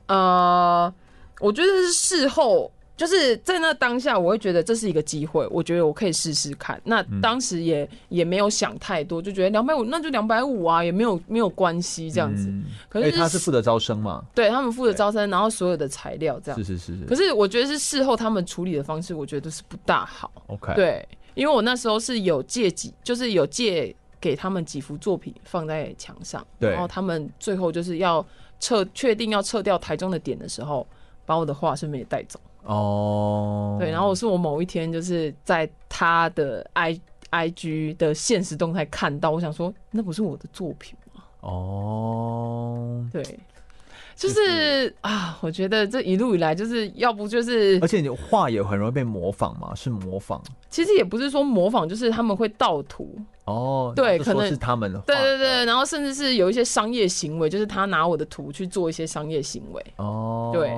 呃，我觉得是事后，就是在那当下，我会觉得这是一个机会，我觉得我可以试试看。那
嗯
当时也、也没有想太多，就觉得两百五那就两百五啊，也没有没有关系这样子。
嗯
可
因
是
为他是负责招生嘛，
对他们负责招生，然后所有的材料这样
是。是是是。
可是我觉得是事后他们处理的方式，我觉得是不大好。
OK，，
对，因为我那时候是有借几，就是有借给他们几幅作品放在墙上，
对
然后他们最后就是要撤，确定要撤掉台中的点的时候，把我的画顺便也带走。
哦，
对，然后是我某一天就是在他的 i i g 的现实动态看到，我想说那不是我的作品吗？
哦，
对。就是啊，我觉得这一路以来，就是要不就是
而，且你画也很容易被模仿嘛，是模仿
其实也不是说模仿，就是他们会盗图，
哦，
对
就说
可能
是他们的画，
对对对，然后甚至是有一些商业行为，就是他拿我的图去做一些商业行为。
哦，
对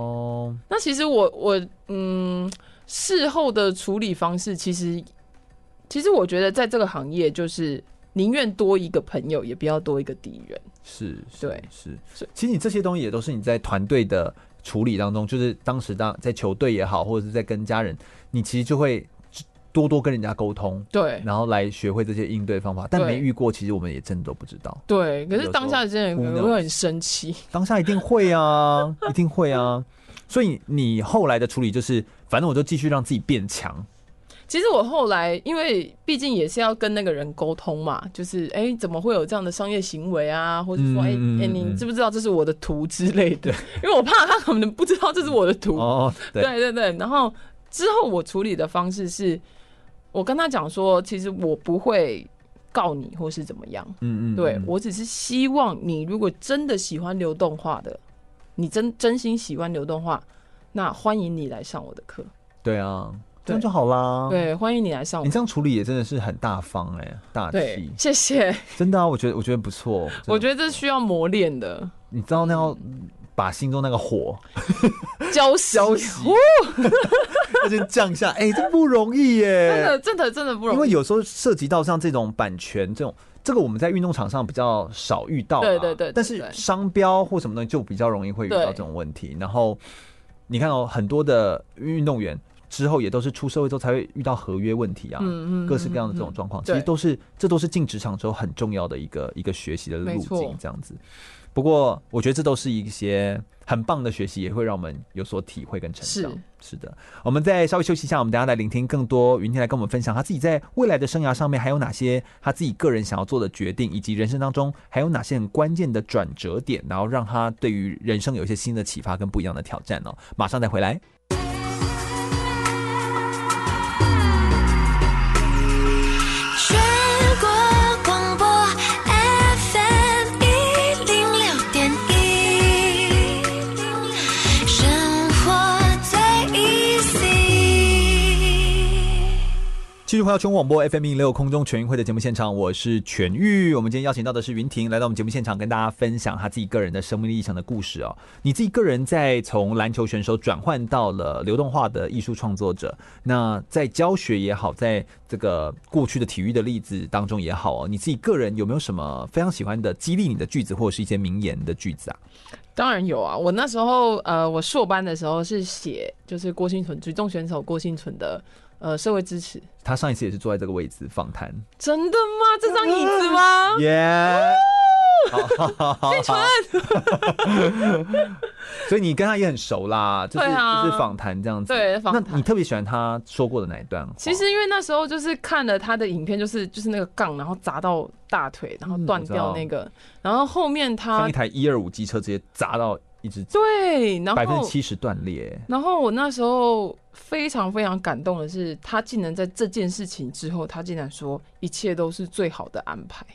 那其实我我嗯，事后的处理方式，其实其实我觉得在这个行业，就是宁愿多一个朋友，也不要多一个敌人。
是，是
对
是
是。
其实你这些东西也都是你在团队的处理当中，就是当时当在球队也好，或者是在跟家人，你其实就会多多跟人家沟通，
对
然后来学会这些应对方法。但
对
没遇过，其实我们也真的都不知道。
对，可
有时
是
候
当下的真的可
who knows
能会很生气。
当下一定会啊，一定会啊。所以你后来的处理就是，反正我就继续让自己变强，
其实我后来，因为毕竟也是要跟那个人沟通嘛，就是哎、怎么会有这样的商业行为啊？或者说，哎、
嗯嗯嗯
哎、
嗯
你知不知道这是我的图之类的？因为我怕他可能不知道这是我的图。
哦，对，
对对对，然后之后我处理的方式是，我跟他讲说，其实我不会告你或是怎么样，
嗯嗯，
对
嗯
我只是希望你如果真的喜欢流动画的，你真真心喜欢流动画，那欢迎你来上我的课，
对啊，这
对
样就好啦。，
对，欢迎你来上
哦
我
你。这样处理也真的是很大方哎、大
对
气，，
谢谢。
真的啊，我觉得我觉得不错。得
我觉得嗯这需要磨练的，
你知道那要把心中那个火
教教
浇 熄，要先降下，哎、这不容易
真
耶
的。真的真的不
因
容
为
易。
有时候涉及到像这种版权这种，这个我们在运动场上比较少遇到啦，
对对对对
但是
对
商标或什么东西就比较容易会遇到
对
这种问题。然后你看哦，很多的运动员之后也都是出社会之后才会遇到合约问题啊，
嗯嗯嗯
各式各样的这种状况，
嗯
其实
对
都是这都是进职场之后很重要的一个一个学习的路
没错
径，这样子。不过我觉得这都是一些很棒的学习，也会让我们有所体会跟成长。是的，我们再稍微休息一下，我们等一下来聆听更多云天来跟我们分享他自己在未来的生涯上面还有哪些他自己个人想要做的决定，以及人生当中还有哪些很关键的转折点，然后让他对于人生有一些新的启发跟不一样的挑战哦。马上再回来。
全国广播 FM 一零六点一，生活最 easy。
继续回到全国广播 FM 一六空中全运会的节目现场，我是全玉。我们今天邀请到的是云婷来到我们节目现场，跟大家分享她自己个人的生命历程的故事哦。你自己个人在从篮球选手转换到了流动化的艺术创作者，那在教学也好，在这个过去的体育的例子当中也好哦，你自己个人有没有什么非常喜欢的激励你的句子，或者是一些名言的句子啊？
当然有啊，我那时候呃，我硕班的时候是写就是郭兴存举重选手郭兴存的呃社会支持。
他上一次也是坐在这个位置访谈，
真的吗？这张椅子吗？
耶、好好好好好。所以你跟他也很熟啦，就是、
对啊
就是访谈这样子。
对访谈
那你特别喜欢他说过的哪一段话？
其实因为那时候就是看了他的影片，就是就是那个杠，然后砸到大腿，然后断掉那个，然后后面
像
他
一台一二五机车直接砸到一只
对，然
百分之
后
七十断裂，
然后我那时候非常非常感动的是，他竟然在这件事情之后，他竟然说一切都是最好的安排。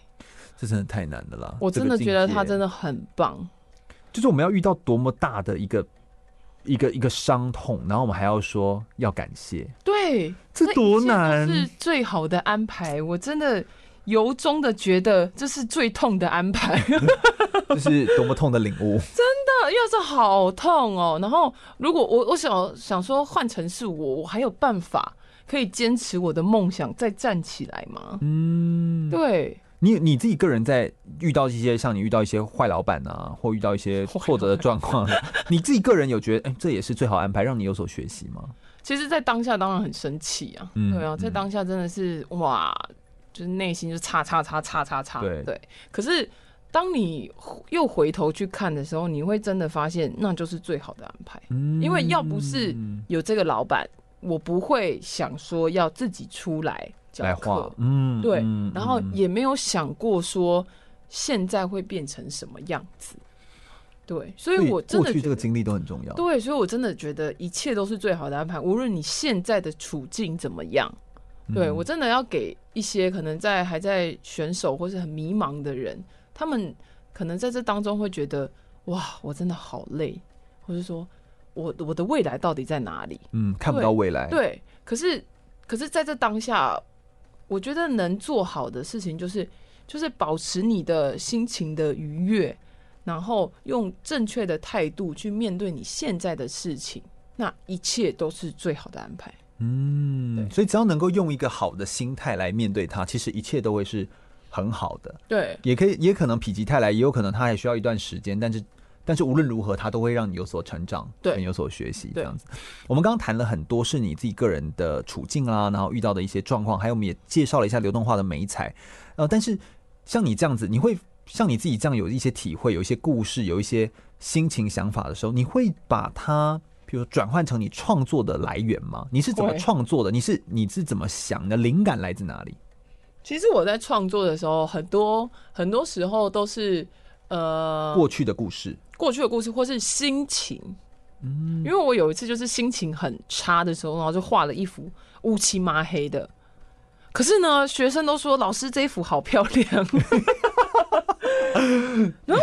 这真的太难了啦。
我真的觉得他真
的
的很棒，
就是我们要遇到多么大的一个一个一个伤痛，然后我们还要说要感谢，
对，
这多难
这一切都是最好的安排，我真的由衷的觉得这是最痛的安排。
这是多么痛的领悟。
要是好痛哦。然后如果我我想想说换成是我，我还有办法可以坚持我的梦想再站起来吗？
嗯，
对，
你你自己个人在遇到一些像你遇到一些坏老板 啊，或遇到一些挫折的状况，你自己个人有觉得，哎、这也是最好安排，让你有所学习吗？
其实，在当下当然很生气啊，
嗯
对啊，在当下真的是哇，就是内心就叉叉叉叉叉叉，
对
对。可是当你又回头去看的时候，你会真的发现那就是最好的安排，因为要不是
嗯
有这个老板，我不会想说要自己出来教
来
课
画，，嗯，
对
嗯，
然后
嗯
也没有想过说现在会变成什么样子。对，所以
所以
我真
过
的
去这
觉
个
得
经历都很重要。
对，所以我真的觉得一切都是最好的安排，无论你现在的处境怎么样。对
嗯
我真的要给一些可能在还在选手或是很迷茫的人，他们可能在这当中会觉得哇，我真的好累，或是说我我的未来到底在哪里？
嗯，看不到未来，，
对，可是可是在这当下，我觉得能做好的事情就是就是保持你的心情的愉悦，然后用正确的态度去面对你现在的事情，那一切都是最好的安排。
嗯，所以只要能够用一个好的心态来面对它，其实一切都会是很好的。
对
也可以，也可能否极泰来，也有可能他还需要一段时间，但是。但是无论如何，它都会让你有所成长，
对
跟有所学习这
对
样子。我们刚刚谈了很多是你自己个人的处境啊，然后遇到的一些状况，还有我们也介绍了一下流动化的美彩。呃，但是像你这样子，你会像你自己这样有一些体会，有一些故事，有一些心情想法的时候，你会把它，比比如说转换成你创作的来源吗？你是怎么
会
创作的？你是你是怎么想的？灵感来自哪里？
其实我在创作的时候，很多很多时候都是呃
过去的故事，
过去的故事或是心情。嗯，因为我有一次就是心情很差的时候，然后就画了一幅乌漆麻黑的。可是呢，学生都说老师这一幅好漂 亮，然后我就说，嗯、那个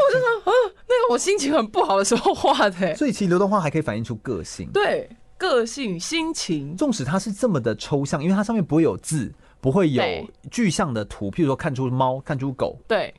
我心情很不好的时候画的、欸，
所以其实流动画还可以反映出个性。
对，个性、心情，
纵使它是这么的抽象，因为它上面不会有字，不会有
对
具象的图，譬如说看出猫、看出狗，
对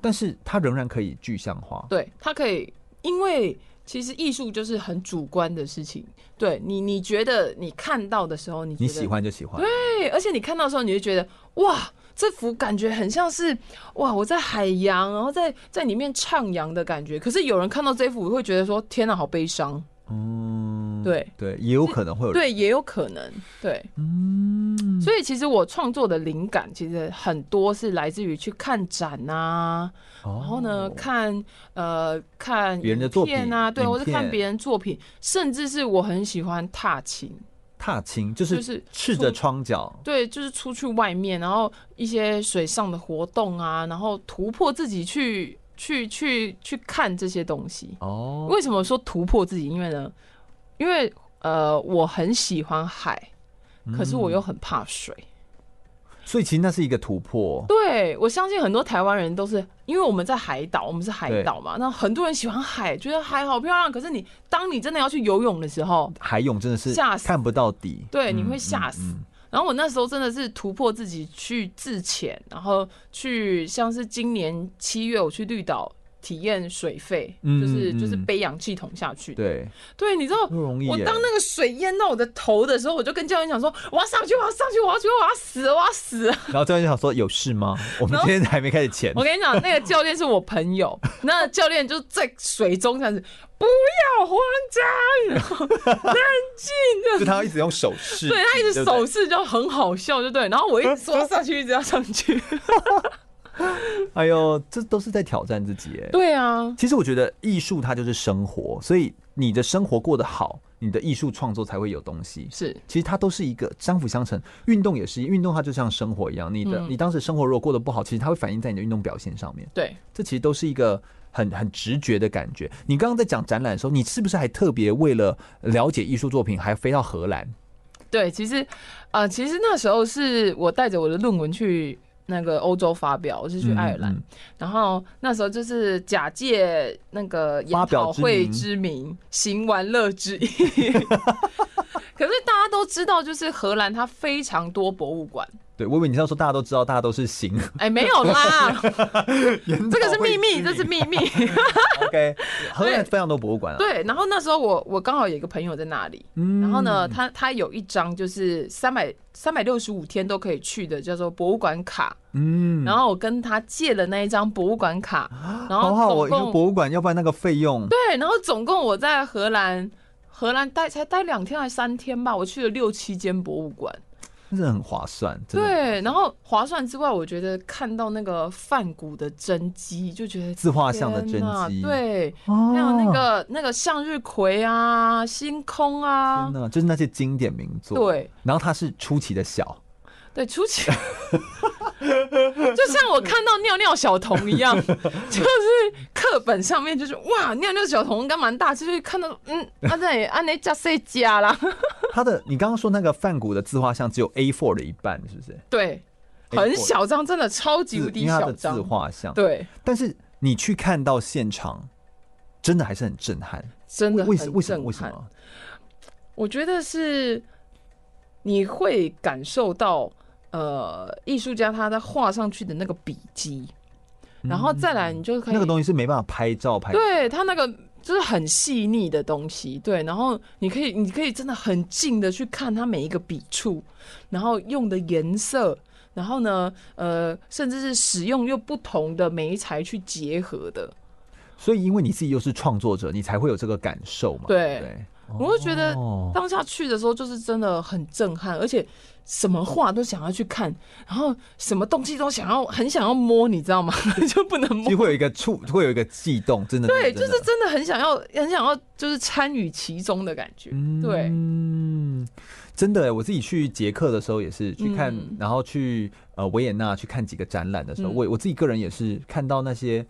但是它仍然可以具象化。
对，他可以，因为其实艺术就是很主观的事情。对你，你觉得你看到的时候，你觉
你
得
喜欢就喜欢，
对，而且你看到的时候，你就觉得哇，这幅感觉很像是哇，我在海洋，然后在在里面徜徉的感觉。可是有人看到这幅，会觉得说天哪，好悲伤。
嗯，
对
对，也有可能会有人
对，也有可能。对，嗯。所以其实我创作的灵感其实很多是来自于去看展啊，
哦
然后呢，看呃看
别人的作品
影片啊，对，
影
或者看
片
别人作品，甚至是我很喜欢踏青。
踏青，就是
就是
赤着
出
窗脚，
对，就是出去外面，然后一些水上的活动啊，然后突破自己去去去去看这些东西。
哦，
为什么说突破自己？因为呢，因为呃，我很喜欢海，可是我又很怕水。
所以其实那是一个突破。
对我相信很多台湾人都是，因为我们在海岛，我们是海岛嘛，那很多人喜欢海，觉得海好漂亮。可是你当你真的要去游泳的时候，
海泳真的是
吓死
看不到底，
对，你
嗯
会吓死。然后我那时候真的是突破自己去自潜，然后去像是今年七月我去绿岛体验水肺，
嗯
就是就是
嗯
背氧气筒下去。
对，
对，你知道
不容易
我
耶
当那个水淹到我的头的时候，我就跟教练讲说：“我要上去，我要上去，我要去，我要死，我要死。”
然后教练就想说有事 吗？我们
然后
今天还没开始潜，
我跟你讲，那个教练是我朋友，那教练就在水中这样子，不要慌张，然 后冷静
就
的。
他一直用手势，
对他一 直
对不对
手势就很好笑，就对。然后我一直说上去，一直要上去。
哎呦，这都是在挑战自己耶。
对啊，
其实我觉得艺术它就是生活，所以你的生活过得好，你的艺术创作才会有东西。
是
其实它都是一个相辅相成，运动也是，运动它就像生活一样，你的、
嗯
你当时生活如果过得不好，其实它会反映在你的运动表现上面。
对，
这其实都是一个很很直觉的感觉。你刚刚在讲展览的时候，你是不是还特别为了了解艺术作品，还飞到荷兰？
对，其实，呃，其实那时候是我带着我的论文去那个欧洲发表，我是去爱尔兰，
嗯嗯
然后那时候就是假借那个研讨会之名，行玩乐之意。 可是大家都知道，就是荷兰它非常多博物馆，
对，我以为你是要说大家都知道，大家都是行，
哎，没有 啦， 这
这
个是秘 密，这是秘密。
OK。荷兰非常多博物馆啊，
对，然后那时候我我刚好有一个朋友在那里，然
嗯
后呢，他他有一张就是三百三百六十五天都可以去的，叫做博物馆卡。
嗯，
然后我跟他借了那一张博物馆卡，然后
好好，我
总
一个
共
博物馆，要不然那个费用，
对，然后总共我在荷兰荷兰待才待两天还三天吧，我去了六七间博物馆。
真的很划算，真的。
对，然后划算之外，我觉得看到那个梵谷的真迹，就觉得
自画像的
天哪
真迹
对，
哦
还有那个那个向日葵啊、星空啊
真，的就是那些经典名作，
对。
然后它是出奇的小，
对，出去 就像我看到尿尿小童一 样，就是课本上面就是哇，尿尿小童干蛮大，就是看到嗯，啊对，啊那加谁加啦，
它的你刚刚说那个梵谷的自画像只有 A4 的一半，是不是？
对，
A4
很小张，真的超级无
字
敌
因为它
小
的自
张，
画像，
对，
但是你去看到现场，真的还是很震撼。
真的
为什
很
为什么
震
为什
撼
么？
我觉得是你会感受到，呃，艺术家他在画上去的那个笔迹，然后再来你就可
嗯
以
那个东西是没办法拍照拍。
对它那个就是很细腻的东西，对，然后你可以你可以真的很近的去看它每一个笔触，然后用的颜色，然后呢，呃，甚至是使用又不同的媒材去结合的，
所以因为你自己又是创作者，你才会有这个感受嘛。
对
不对
我就觉得
哦
当下去的时候就是真的很震撼，而且什么话都想要去看，然后什么东西都想要很想要摸，你知道吗？ 就不能摸
就。会有一个触，会有一个悸动，真的。
对，
真
就
的
是真的很想要，很想要，就是参与其中的感觉。对，
嗯，真的耶，我自己去捷克的时候也是去看，
嗯
然后去呃维也纳去看几个展览的时候，
嗯
我我自己个人也是看到那些。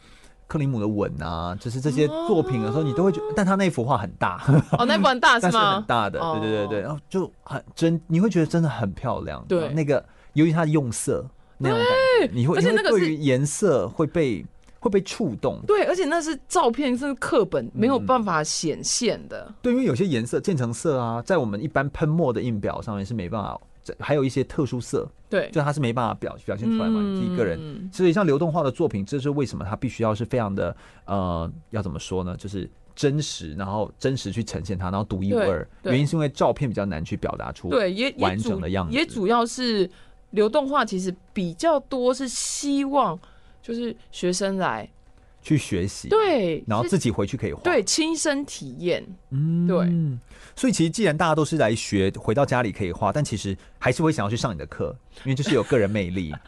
克里姆的吻啊，就是这些作品的时候，你都会觉得，但他那幅画很大，
哦，那部很大
但是
吗
很？大的，
哦
对对对对，然后就很真，你会觉得真的很漂亮，
对
然后那个尤其它的用色那种感觉，你会
而且
因为
那个
对
是
于颜色会被会被触动，
对，而且那是照片，是课
嗯
本没有办法显现的。
对，因为有些颜色渐层色啊，在我们一般喷墨的印表上面是没办法，这还有一些特殊色，
对，
就它是没办法表表现出来嘛，你自己个人。
嗯
所以像流动画的作品，这是为什么它必须要是非常的呃，要怎么说呢？就是真实，然后真实去呈现它，然后独一无
对
二。
对
原因是因为照片比较难去表达出
对，也也
完
主
整的样子。
也主要是流动化，其实比较多是希望就是学生来
去学习，，
对，
然后
是
自己回去可以画。
对亲身体验，
嗯
对。
所以其实既然大家都是来学，回到家里可以画，但其实还是会想要去上你的课，因为就是有个人魅力。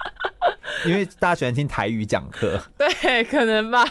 因为大家喜欢听台语讲课，
对，可能吧。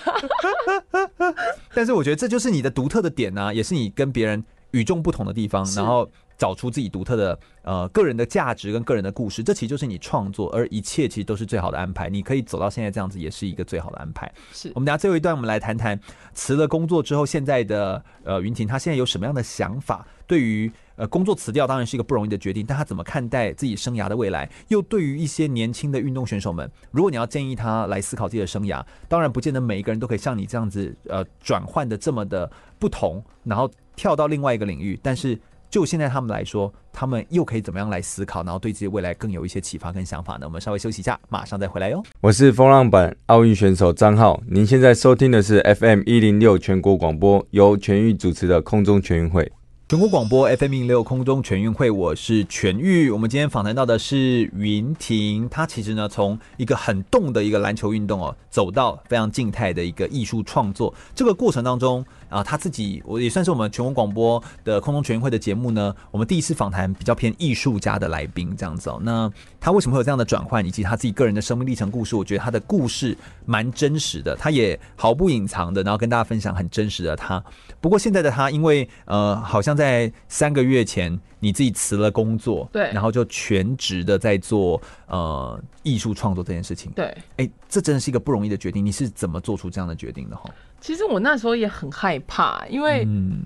但是我觉得这就是你的独特的点啊，也是你跟别人与众不同的地方，然后找出自己独特的呃个人的价值跟个人的故事，这其实就是你创作，而一切其实都是最好的安排。你可以走到现在这样子，也是一个最好的安排。
是
我们等下最后一段，我们来谈谈辞了工作之后，现在的呃云婷她现在有什么样的想法？对于呃工作辞掉当然是一个不容易的决定，但她怎么看待自己生涯的未来？又对于一些年轻的运动选手们，如果你要建议她来思考自己的生涯，当然不见得每一个人都可以像你这样子呃转换的这么的不同，然后跳到另外一个领域，但是。就现在他们来说，他们又可以怎么样来思考，然后对自己未来更有一些启发跟想法呢？我们稍微休息一下，马上再回来哟。
我是风浪板奥运选手张浩，您现在收听的是 FM 一零六全国广播，由全域主持的空中全运会。
全国广播 FM 零六空中全运会，我是全玉。我们今天访谈到的是云婷，她其实呢从一个很动的一个篮球运动哦，走到非常静态的一个艺术创作。这个过程当中啊，她自己我也算是我们全国广播的空中全运会的节目呢，我们第一次访谈比较偏艺术家的来宾这样子哦。那她为什么会有这样的转换，以及她自己个人的生命历程故事，我觉得她的故事蛮真实的，她也毫不隐藏的，然后跟大家分享很真实的她。不过现在的他，因为呃，好像在三个月前你自己辞了工作，
对
然后就全职的在做呃艺术创作这件事情。，
对，
哎，这真的是一个不容易的决定。你是怎么做出这样的决定的？哈，
其实我那时候也很害怕，因为、
嗯，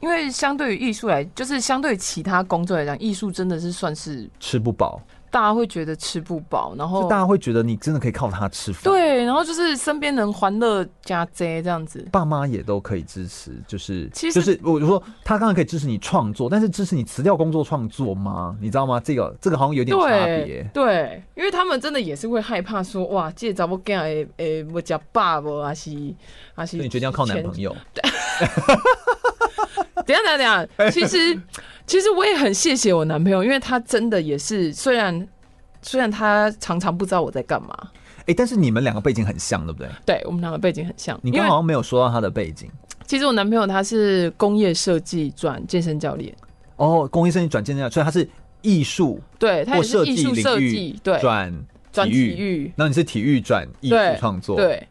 因为相对于艺术来，就是相对于其他工作来讲，艺术真的是算是
吃不饱，
大家会觉得吃不饱，然
就
后
哦大家会觉得你真的可以靠它吃饭。，
对，然后就是身边人欢乐加 Z 这样子。
爸妈也都可以支持，就是
其实
就是我就说他刚然可以支持你创作，但是支持你辞掉工作创作吗？你知道吗？这个这个好像有点差
对
别。
对，因为他们真的也是会害怕说，哇，这找不干诶诶，我叫爸爸啊是啊是。
所以你决定要靠男朋
友？
友，
等一下等一下等一下，其实其实我也很谢谢我男朋友，因为他真的也是，虽然虽然他常常不知道我在干嘛，
哎，但是你们两个背景很像，对不对？
对我们两个背景很像。
你
因
刚
为
好像没有说到他的背景。
其实我男朋友他是工业设计转健身教练，
哦，工业设计转健身教练，所以他是艺术
对他
或
也是
设
艺
计
术设
领
计
域，
对，
转
转
体
体
育，
育，
那你是体育转艺术
对
创作，，
对。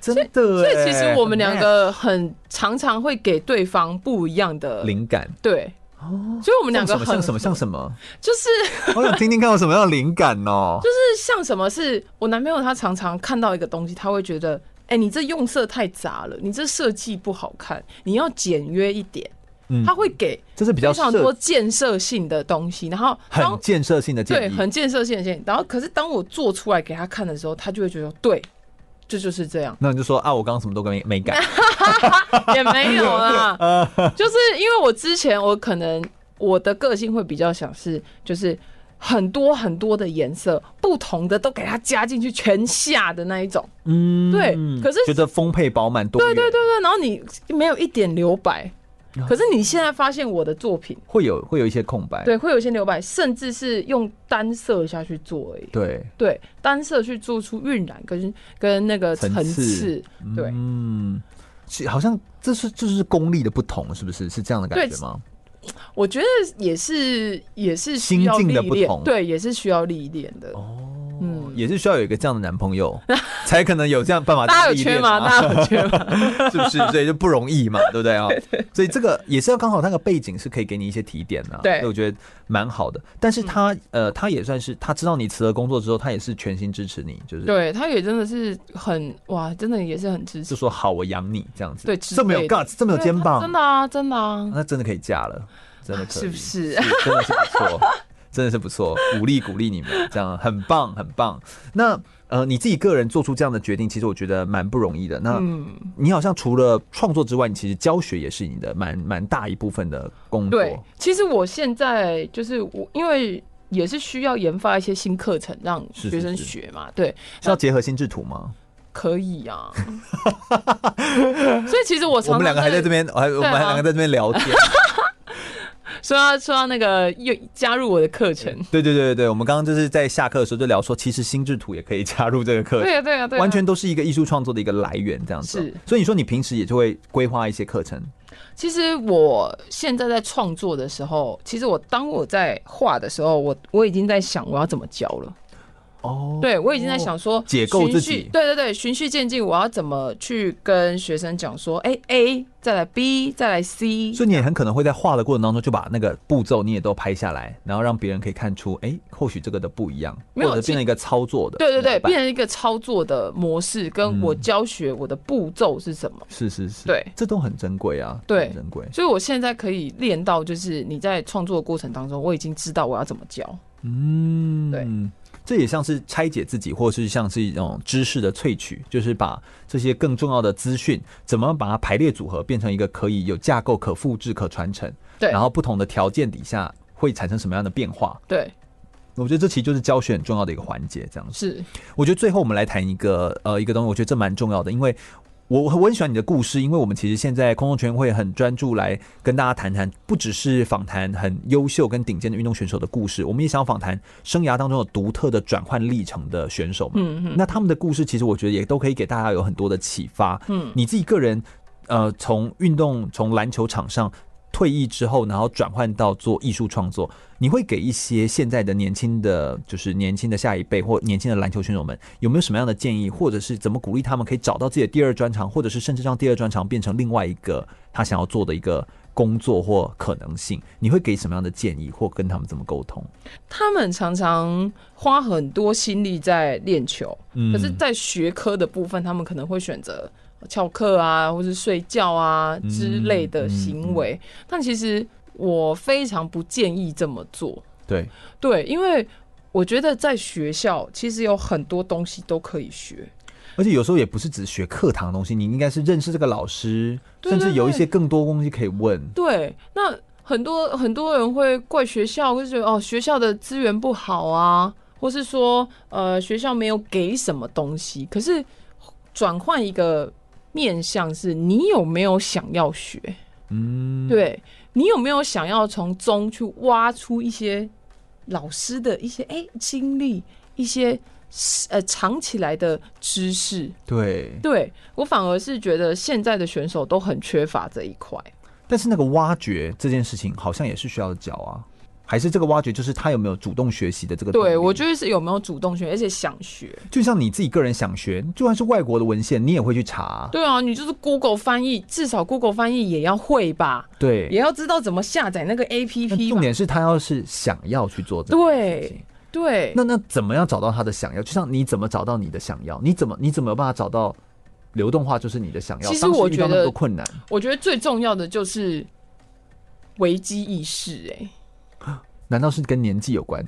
真的。所
所以其实我们两个很常常会给对方不一样的，
灵感，
对，哦，所以我们两个很
像什么像什么
就是
像什么，我想听听看有什么样的灵感哦。
就是像什么是我男朋友他常常看到一个东西，他会觉得，哎、你这用色太杂了，你这设计不好看，你要简约一点。
嗯
他会给
这是比
非
较
常多
设
建设性的东西，然后当
很建设性的
对
建议，
很建设性的建议，然后可是当我做出来给他看的时候，他就会觉得对，这就是这样。
那你就说啊，我刚刚什么都没没改，
也没有啦， 就是因为我之前我可能我的个性会比较想是，就是很多很多的颜色，不同的都给它加进去，全下的那一种。
嗯，
对可是
觉得丰沛饱满多元，
对对对对，然后你没有一点留白，
啊
可是你现在发现我的作品，
会有会有一些空白，
对，会有一些留白，甚至是用单色下去做而已。
对，
对，单色去做出晕染跟跟那个
层
层
次
次，对，
嗯，是好像这是这就是功力的不同，是不是？是这样的感觉吗？
我觉得也是，也是需
心
要
境的
历
不
练
同哦
对，也是需要历练的。嗯，
也是需要有一个这样的男朋友， 才可能有这样办法。
大家有缺
啊
吗？大家有缺吗？
是不是？所以就不容易嘛，对不对啊？所以这个也是要刚好那个背景是可以给你一些提点的、啊，
对嗯
所以我觉得蛮好的。但是他、呃，他也算是他知道你辞了工作之后，他也是全心支持你，就是
对，他也真的是很哇，真的也是很支
就
持，
说好我养你这样子，
对之
这么有
类的
guts，这么有
对
肩
他
膀，
真的啊，真的啊，
那真的可以嫁了，真的可以，
是不是？
真的是 不错，真的是不错，鼓励鼓励你们，这样很棒很棒。那呃，你自己个人做出这样的决定，其实我觉得蛮不容易的。那
嗯
你好像除了创作之外，你其实教学也是你的蛮蛮大一部分的工作。
对，其实我现在就是我，因为也是需要研发一些新课程让
是是
学生
是
学嘛，对，
是要结合心智图吗？
可 以啊。所以其实我常常啊
我们两个还在这，边，还我们还两个在这边聊天。
说要说要那个又加入我的课程，
对对对对对，我们刚刚就是在下课的时候就聊说，其实心智图也可以加入这个课程。
对啊对啊对啊，
完全都是一个艺术创作的一个来源，这样子哦。
是
所以你说你平时也就会规划一些课程，
其实我现在在创作的时候，其实我当我在画的时候，我我已经在想我要怎么教了。
哦
对，我已经在想说
解构自己
循序对对对，循序渐进，我要怎么去跟学生讲说，哎、A 再来 B 再来 C，
所以你也很可能会在画的过程当中就把那个步骤你也都拍下来，然后让别人可以看出，哎、或许这个的不一样，
没有
或者
其
变成一个操作的，
对对对，
模板
变成一个操作的模式，跟
嗯
我教学我的步骤是什么。
是是是，
对
这都很珍贵啊，
对
很珍贵。
所以我现在可以练到，就是你在创作的过程当中，我已经知道我要怎么教。
嗯，
对，
这也像是拆解自己，或是像是一种知识的萃取，就是把这些更重要的资讯，怎么把它排列组合，变成一个可以有架构、可复制、可传承，
对
然后不同的条件底下会产生什么样的变化？
对，
我觉得这其实就是教学很重要的一个环节，这样子。
是
我觉得最后我们来谈一个呃一个东西，我觉得这蛮重要的，因为我我我很喜欢你的故事，因为我们其实现在空中全运会很专注来跟大家谈谈，不只是访谈很优秀跟顶尖的运动选手的故事，我们也想访谈生涯当中有独特的转换历程的选手们。
嗯嗯
那他们的故事其实我觉得也都可以给大家有很多的启发。
嗯
你自己个人呃从运动从篮球场上。退役之后，然后转换到做艺术创作，你会给一些现在的年轻的，就是年轻的下一辈或年轻的篮球选手们，有没有什么样的建议，或者是怎么鼓励他们可以找到自己的第二专长，或者是甚至让第二专长变成另外一个他想要做的一个工作或可能性？你会给什么样的建议，或跟他们怎么沟通？
他们常常花很多心力在练球，
嗯
可是，在学科的部分，他们可能会选择翘课啊，或是睡觉啊之类的行为。但其实我非常不建议这么做。
对，
对，因为我觉得在学校其实有很多东西都可以学。
而且有时候也不是只学课堂的东西，你应该是认识这个老师，
对
甚至
对
有一
对
些更多东西可以问。
对，那很多很多人会怪学校，会觉得哦学校的资源不好啊，或是说呃学校没有给什么东西。可是转换一个面向是，你有没有想要学？
嗯，
对你有没有想要从中去挖出一些老师的一些哎、经历，一些呃藏起来的知识？
对。
对我反而是觉得现在的选手都很缺乏这一块。
但是那个挖掘这件事情，好像也是需要教啊，还是这个挖掘就是他有没有主动学习的这个动力？
对我觉得是有没有主动学，而且想学。
就像你自己个人想学，就算是外国的文献，你也会去查啊。
对啊，你就是 Google 翻译，至少 Google 翻译也要会吧，
对
也要知道怎么下载那个
那
APP
重
吧。
点是他要是想要去做这件事情
对。对，
那那怎么样找到他的想要？就像你怎么找到你的想要？你怎么你怎么有办法找到流动化就是你的想要？
其实
当时
我
遇到
觉
那么
得
多困难，
我觉得最重要的就是危机意识、哎，
难道是跟年纪有关？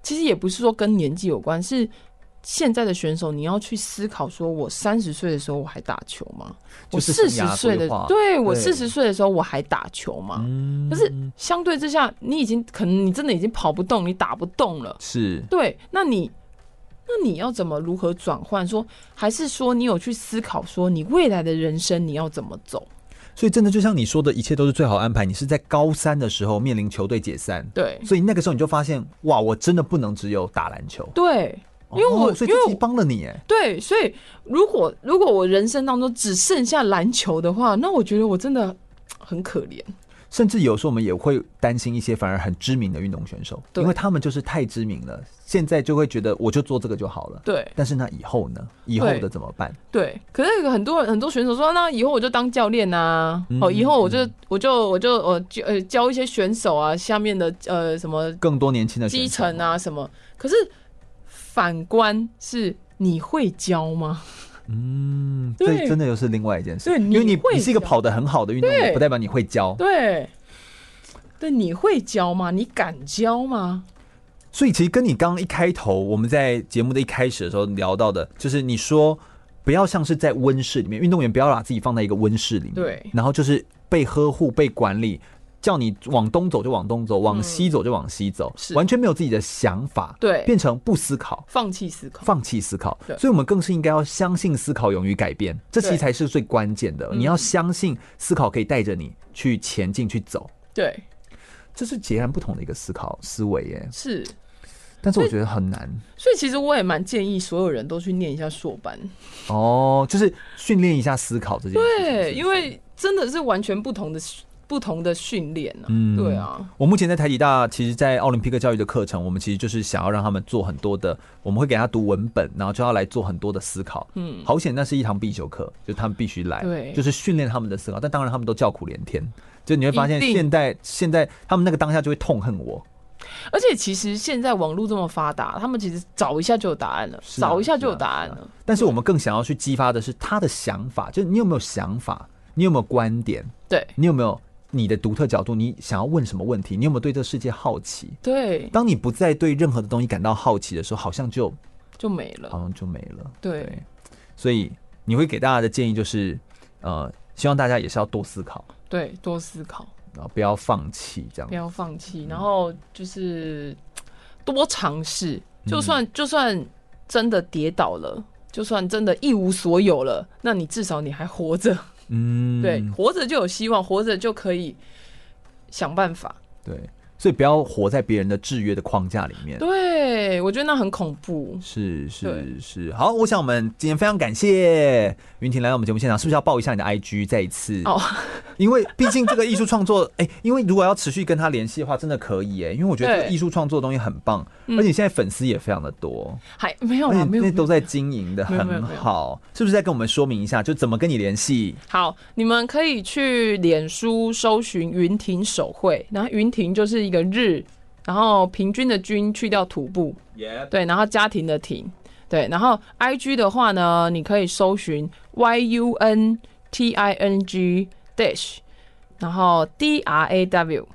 其实也不是说跟年纪有关，是现在的选手你要去思考，说我三十岁的时候我还打球吗？
就
我
是
四
生
十
涯
岁
规
的
划，
对我
对
四十岁的时候我还打球吗？
嗯，
可是相对之下，你已经可能你真的已经跑不动，你打不动了。
是
对，那你那你要怎么如何转换？说还是说你有去思考说你未来的人生你要怎么走？
所以真的就像你说的，一切都是最好安排。你是在高三的时候面临球队解散，
对
所以那个时候你就发现，哇，我真的不能只有打篮球，
对因为我
哦所以
因为
自己
我
帮了你哎，
对，所以如果如果我人生当中只剩下篮球的话，那我觉得我真的很可怜。
甚至有时候我们也会担心一些反而很知名的运动选手，
对
因为他们就是太知名了，现在就会觉得我就做这个就好了。
对
但是那以后呢？以后
对
的怎么办？
对，可是很多人很多选手说，那以后我就当教练啊，
嗯
哦，以后我就我就我就呃教呃教一些选手啊，下面的呃什么
更多年轻的选手
基层啊什么。可是反观是你会教 吗？
嗯，
对
这真的又是另外一件事。
对
因为
你
你
会
你是一个
教
跑得很好的运动员，
对
不代表你会教。
对，对，你会教吗？你敢教吗？
所以其实跟你刚刚一开头，我们在节目的一开始的时候聊到的，就是你说不要像是在温室里面，运动员不要把自己放在一个温室里面，
对
然后就是被呵护、被管理，叫你往东走就往东走，往西走就往西走，
是
完全没有自己的想法，
对
变成不思考。
放弃思考。
放弃思考，
对
所以我们更是应该要相信思考，勇于改变，这其实
对嗯
才是最关键的。你要相信思考可以带着你去前进去走，
对，
这是截然不同的一个思考思维耶。
是。
但是我觉得很难。
所以其实我也蛮建议所有人都去念一下硕班，
哦，就是训练一下思考这件事情。
对，因为真的是完全不同的不同的训练啊，
嗯
对啊，
我目前在台体大，其实，在奥林匹克教育的课程，我们其实就是想要让他们做很多的，我们会给他读文本，然后就要来做很多的思考。嗯，好险，那是一堂必修课，就他们必须来，
对
就是训练他们的思考。但当然，他们都叫苦连天，就你会发现
一，定
现在现在他们那个当下就会痛恨我。
而且其实现在网络这么发达，他们其实找一下就有答案了，
是啊
找一下就有
是啊
答案
是啊
了，
但是我们更想要去激发的是他的想法，就是你有没有想法，你有没有观点，
对
你有没有你的独特角度，你想要问什么问题，你有没有对这个世界好奇？
对，
当你不再对任何的东西感到好奇的时候，好像就
就没了
好，像就没了。
对
所以你会给大家的建议就是，呃，希望大家也是要多思考，
对，多思考，
然后不要放弃这
不
样。
要放
嗯
弃，然后就是多尝试，
嗯
就算就算真的跌倒了。就算真的一无所有了，那你至少你还活着，
嗯，
对，活着就有希望，活着就可以想办法。
对，所以不要活在别人的制约的框架里面。
对，我觉得那很恐怖。
是是
对
是，好，我想我们今天非常感谢云婷来到我们节目现场，是不是要报一下你的 IG 再一次？
哦，
因为毕竟这个艺术创作，哎、因为如果要持续跟他联系的话，真的可以哎、因为我觉得这个
对嗯
艺术创作的东西很棒，而且现在粉丝也非常的多，
还没有
而且
啦，哦没有
那
没有
都在经营的
没有没有
很
没有
好，是不是再跟我们说明一下，就怎么跟你联系？
好，你们可以去脸书搜寻“云亭手绘”，然后“云亭”就是一个日，然后平均的均去掉土部对，然后家庭的庭，对，然后 I G 的话呢，你可以搜寻 Y U N T I N G dash，然后 D R A W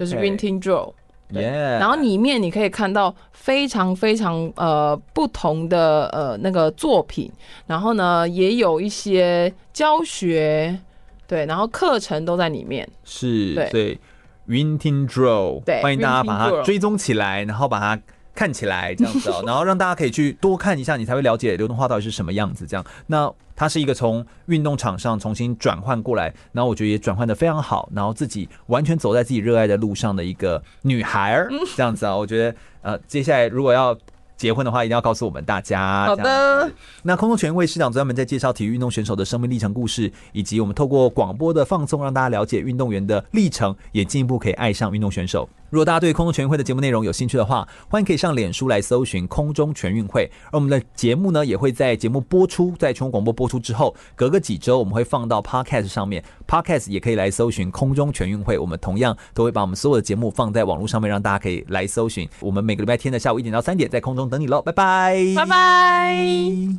就是
OK，
云亭 draw。
耶、
然后里面你可以看到非常非常呃不同的呃那个作品，然后呢也有一些教学，对，然后课程都在里面。
是，
对
所以 Winting Draw，
对
欢迎大家
Winting
把它
Draw
追踪起来，然后把它。看起来这样 子哦、然后让大家可以去多看一下，你才会了解流动画到底是什么样子。这样，那它是一个从运动场上重新转换过来，然后我觉得也转换的非常好，然后自己完全走在自己热爱的路上的一个女孩儿，这样子啊、我觉得呃，接下来如果要结婚的话，一定要告诉我们大家。
好
这样
的，
那空中全运会市长专门在介绍体育运动选手的生命历程故事，以及我们透过广播的放送，让大家了解运动员的历程，也进一步可以爱上运动选手。如果大家对空中全运会的节目内容有兴趣的话，欢迎可以上脸书来搜寻“空中全运会”。而我们的节目呢，也会在节目播出，在全国广播播出之后，隔个几周我们会放到 Podcast 上面，Podcast 也可以来搜寻“空中全运会”。我们同样都会把我们所有的节目放在网络上面，让大家可以来搜寻。我们每个礼拜天的下午一点到三点在空中等你喽，拜拜，
拜拜。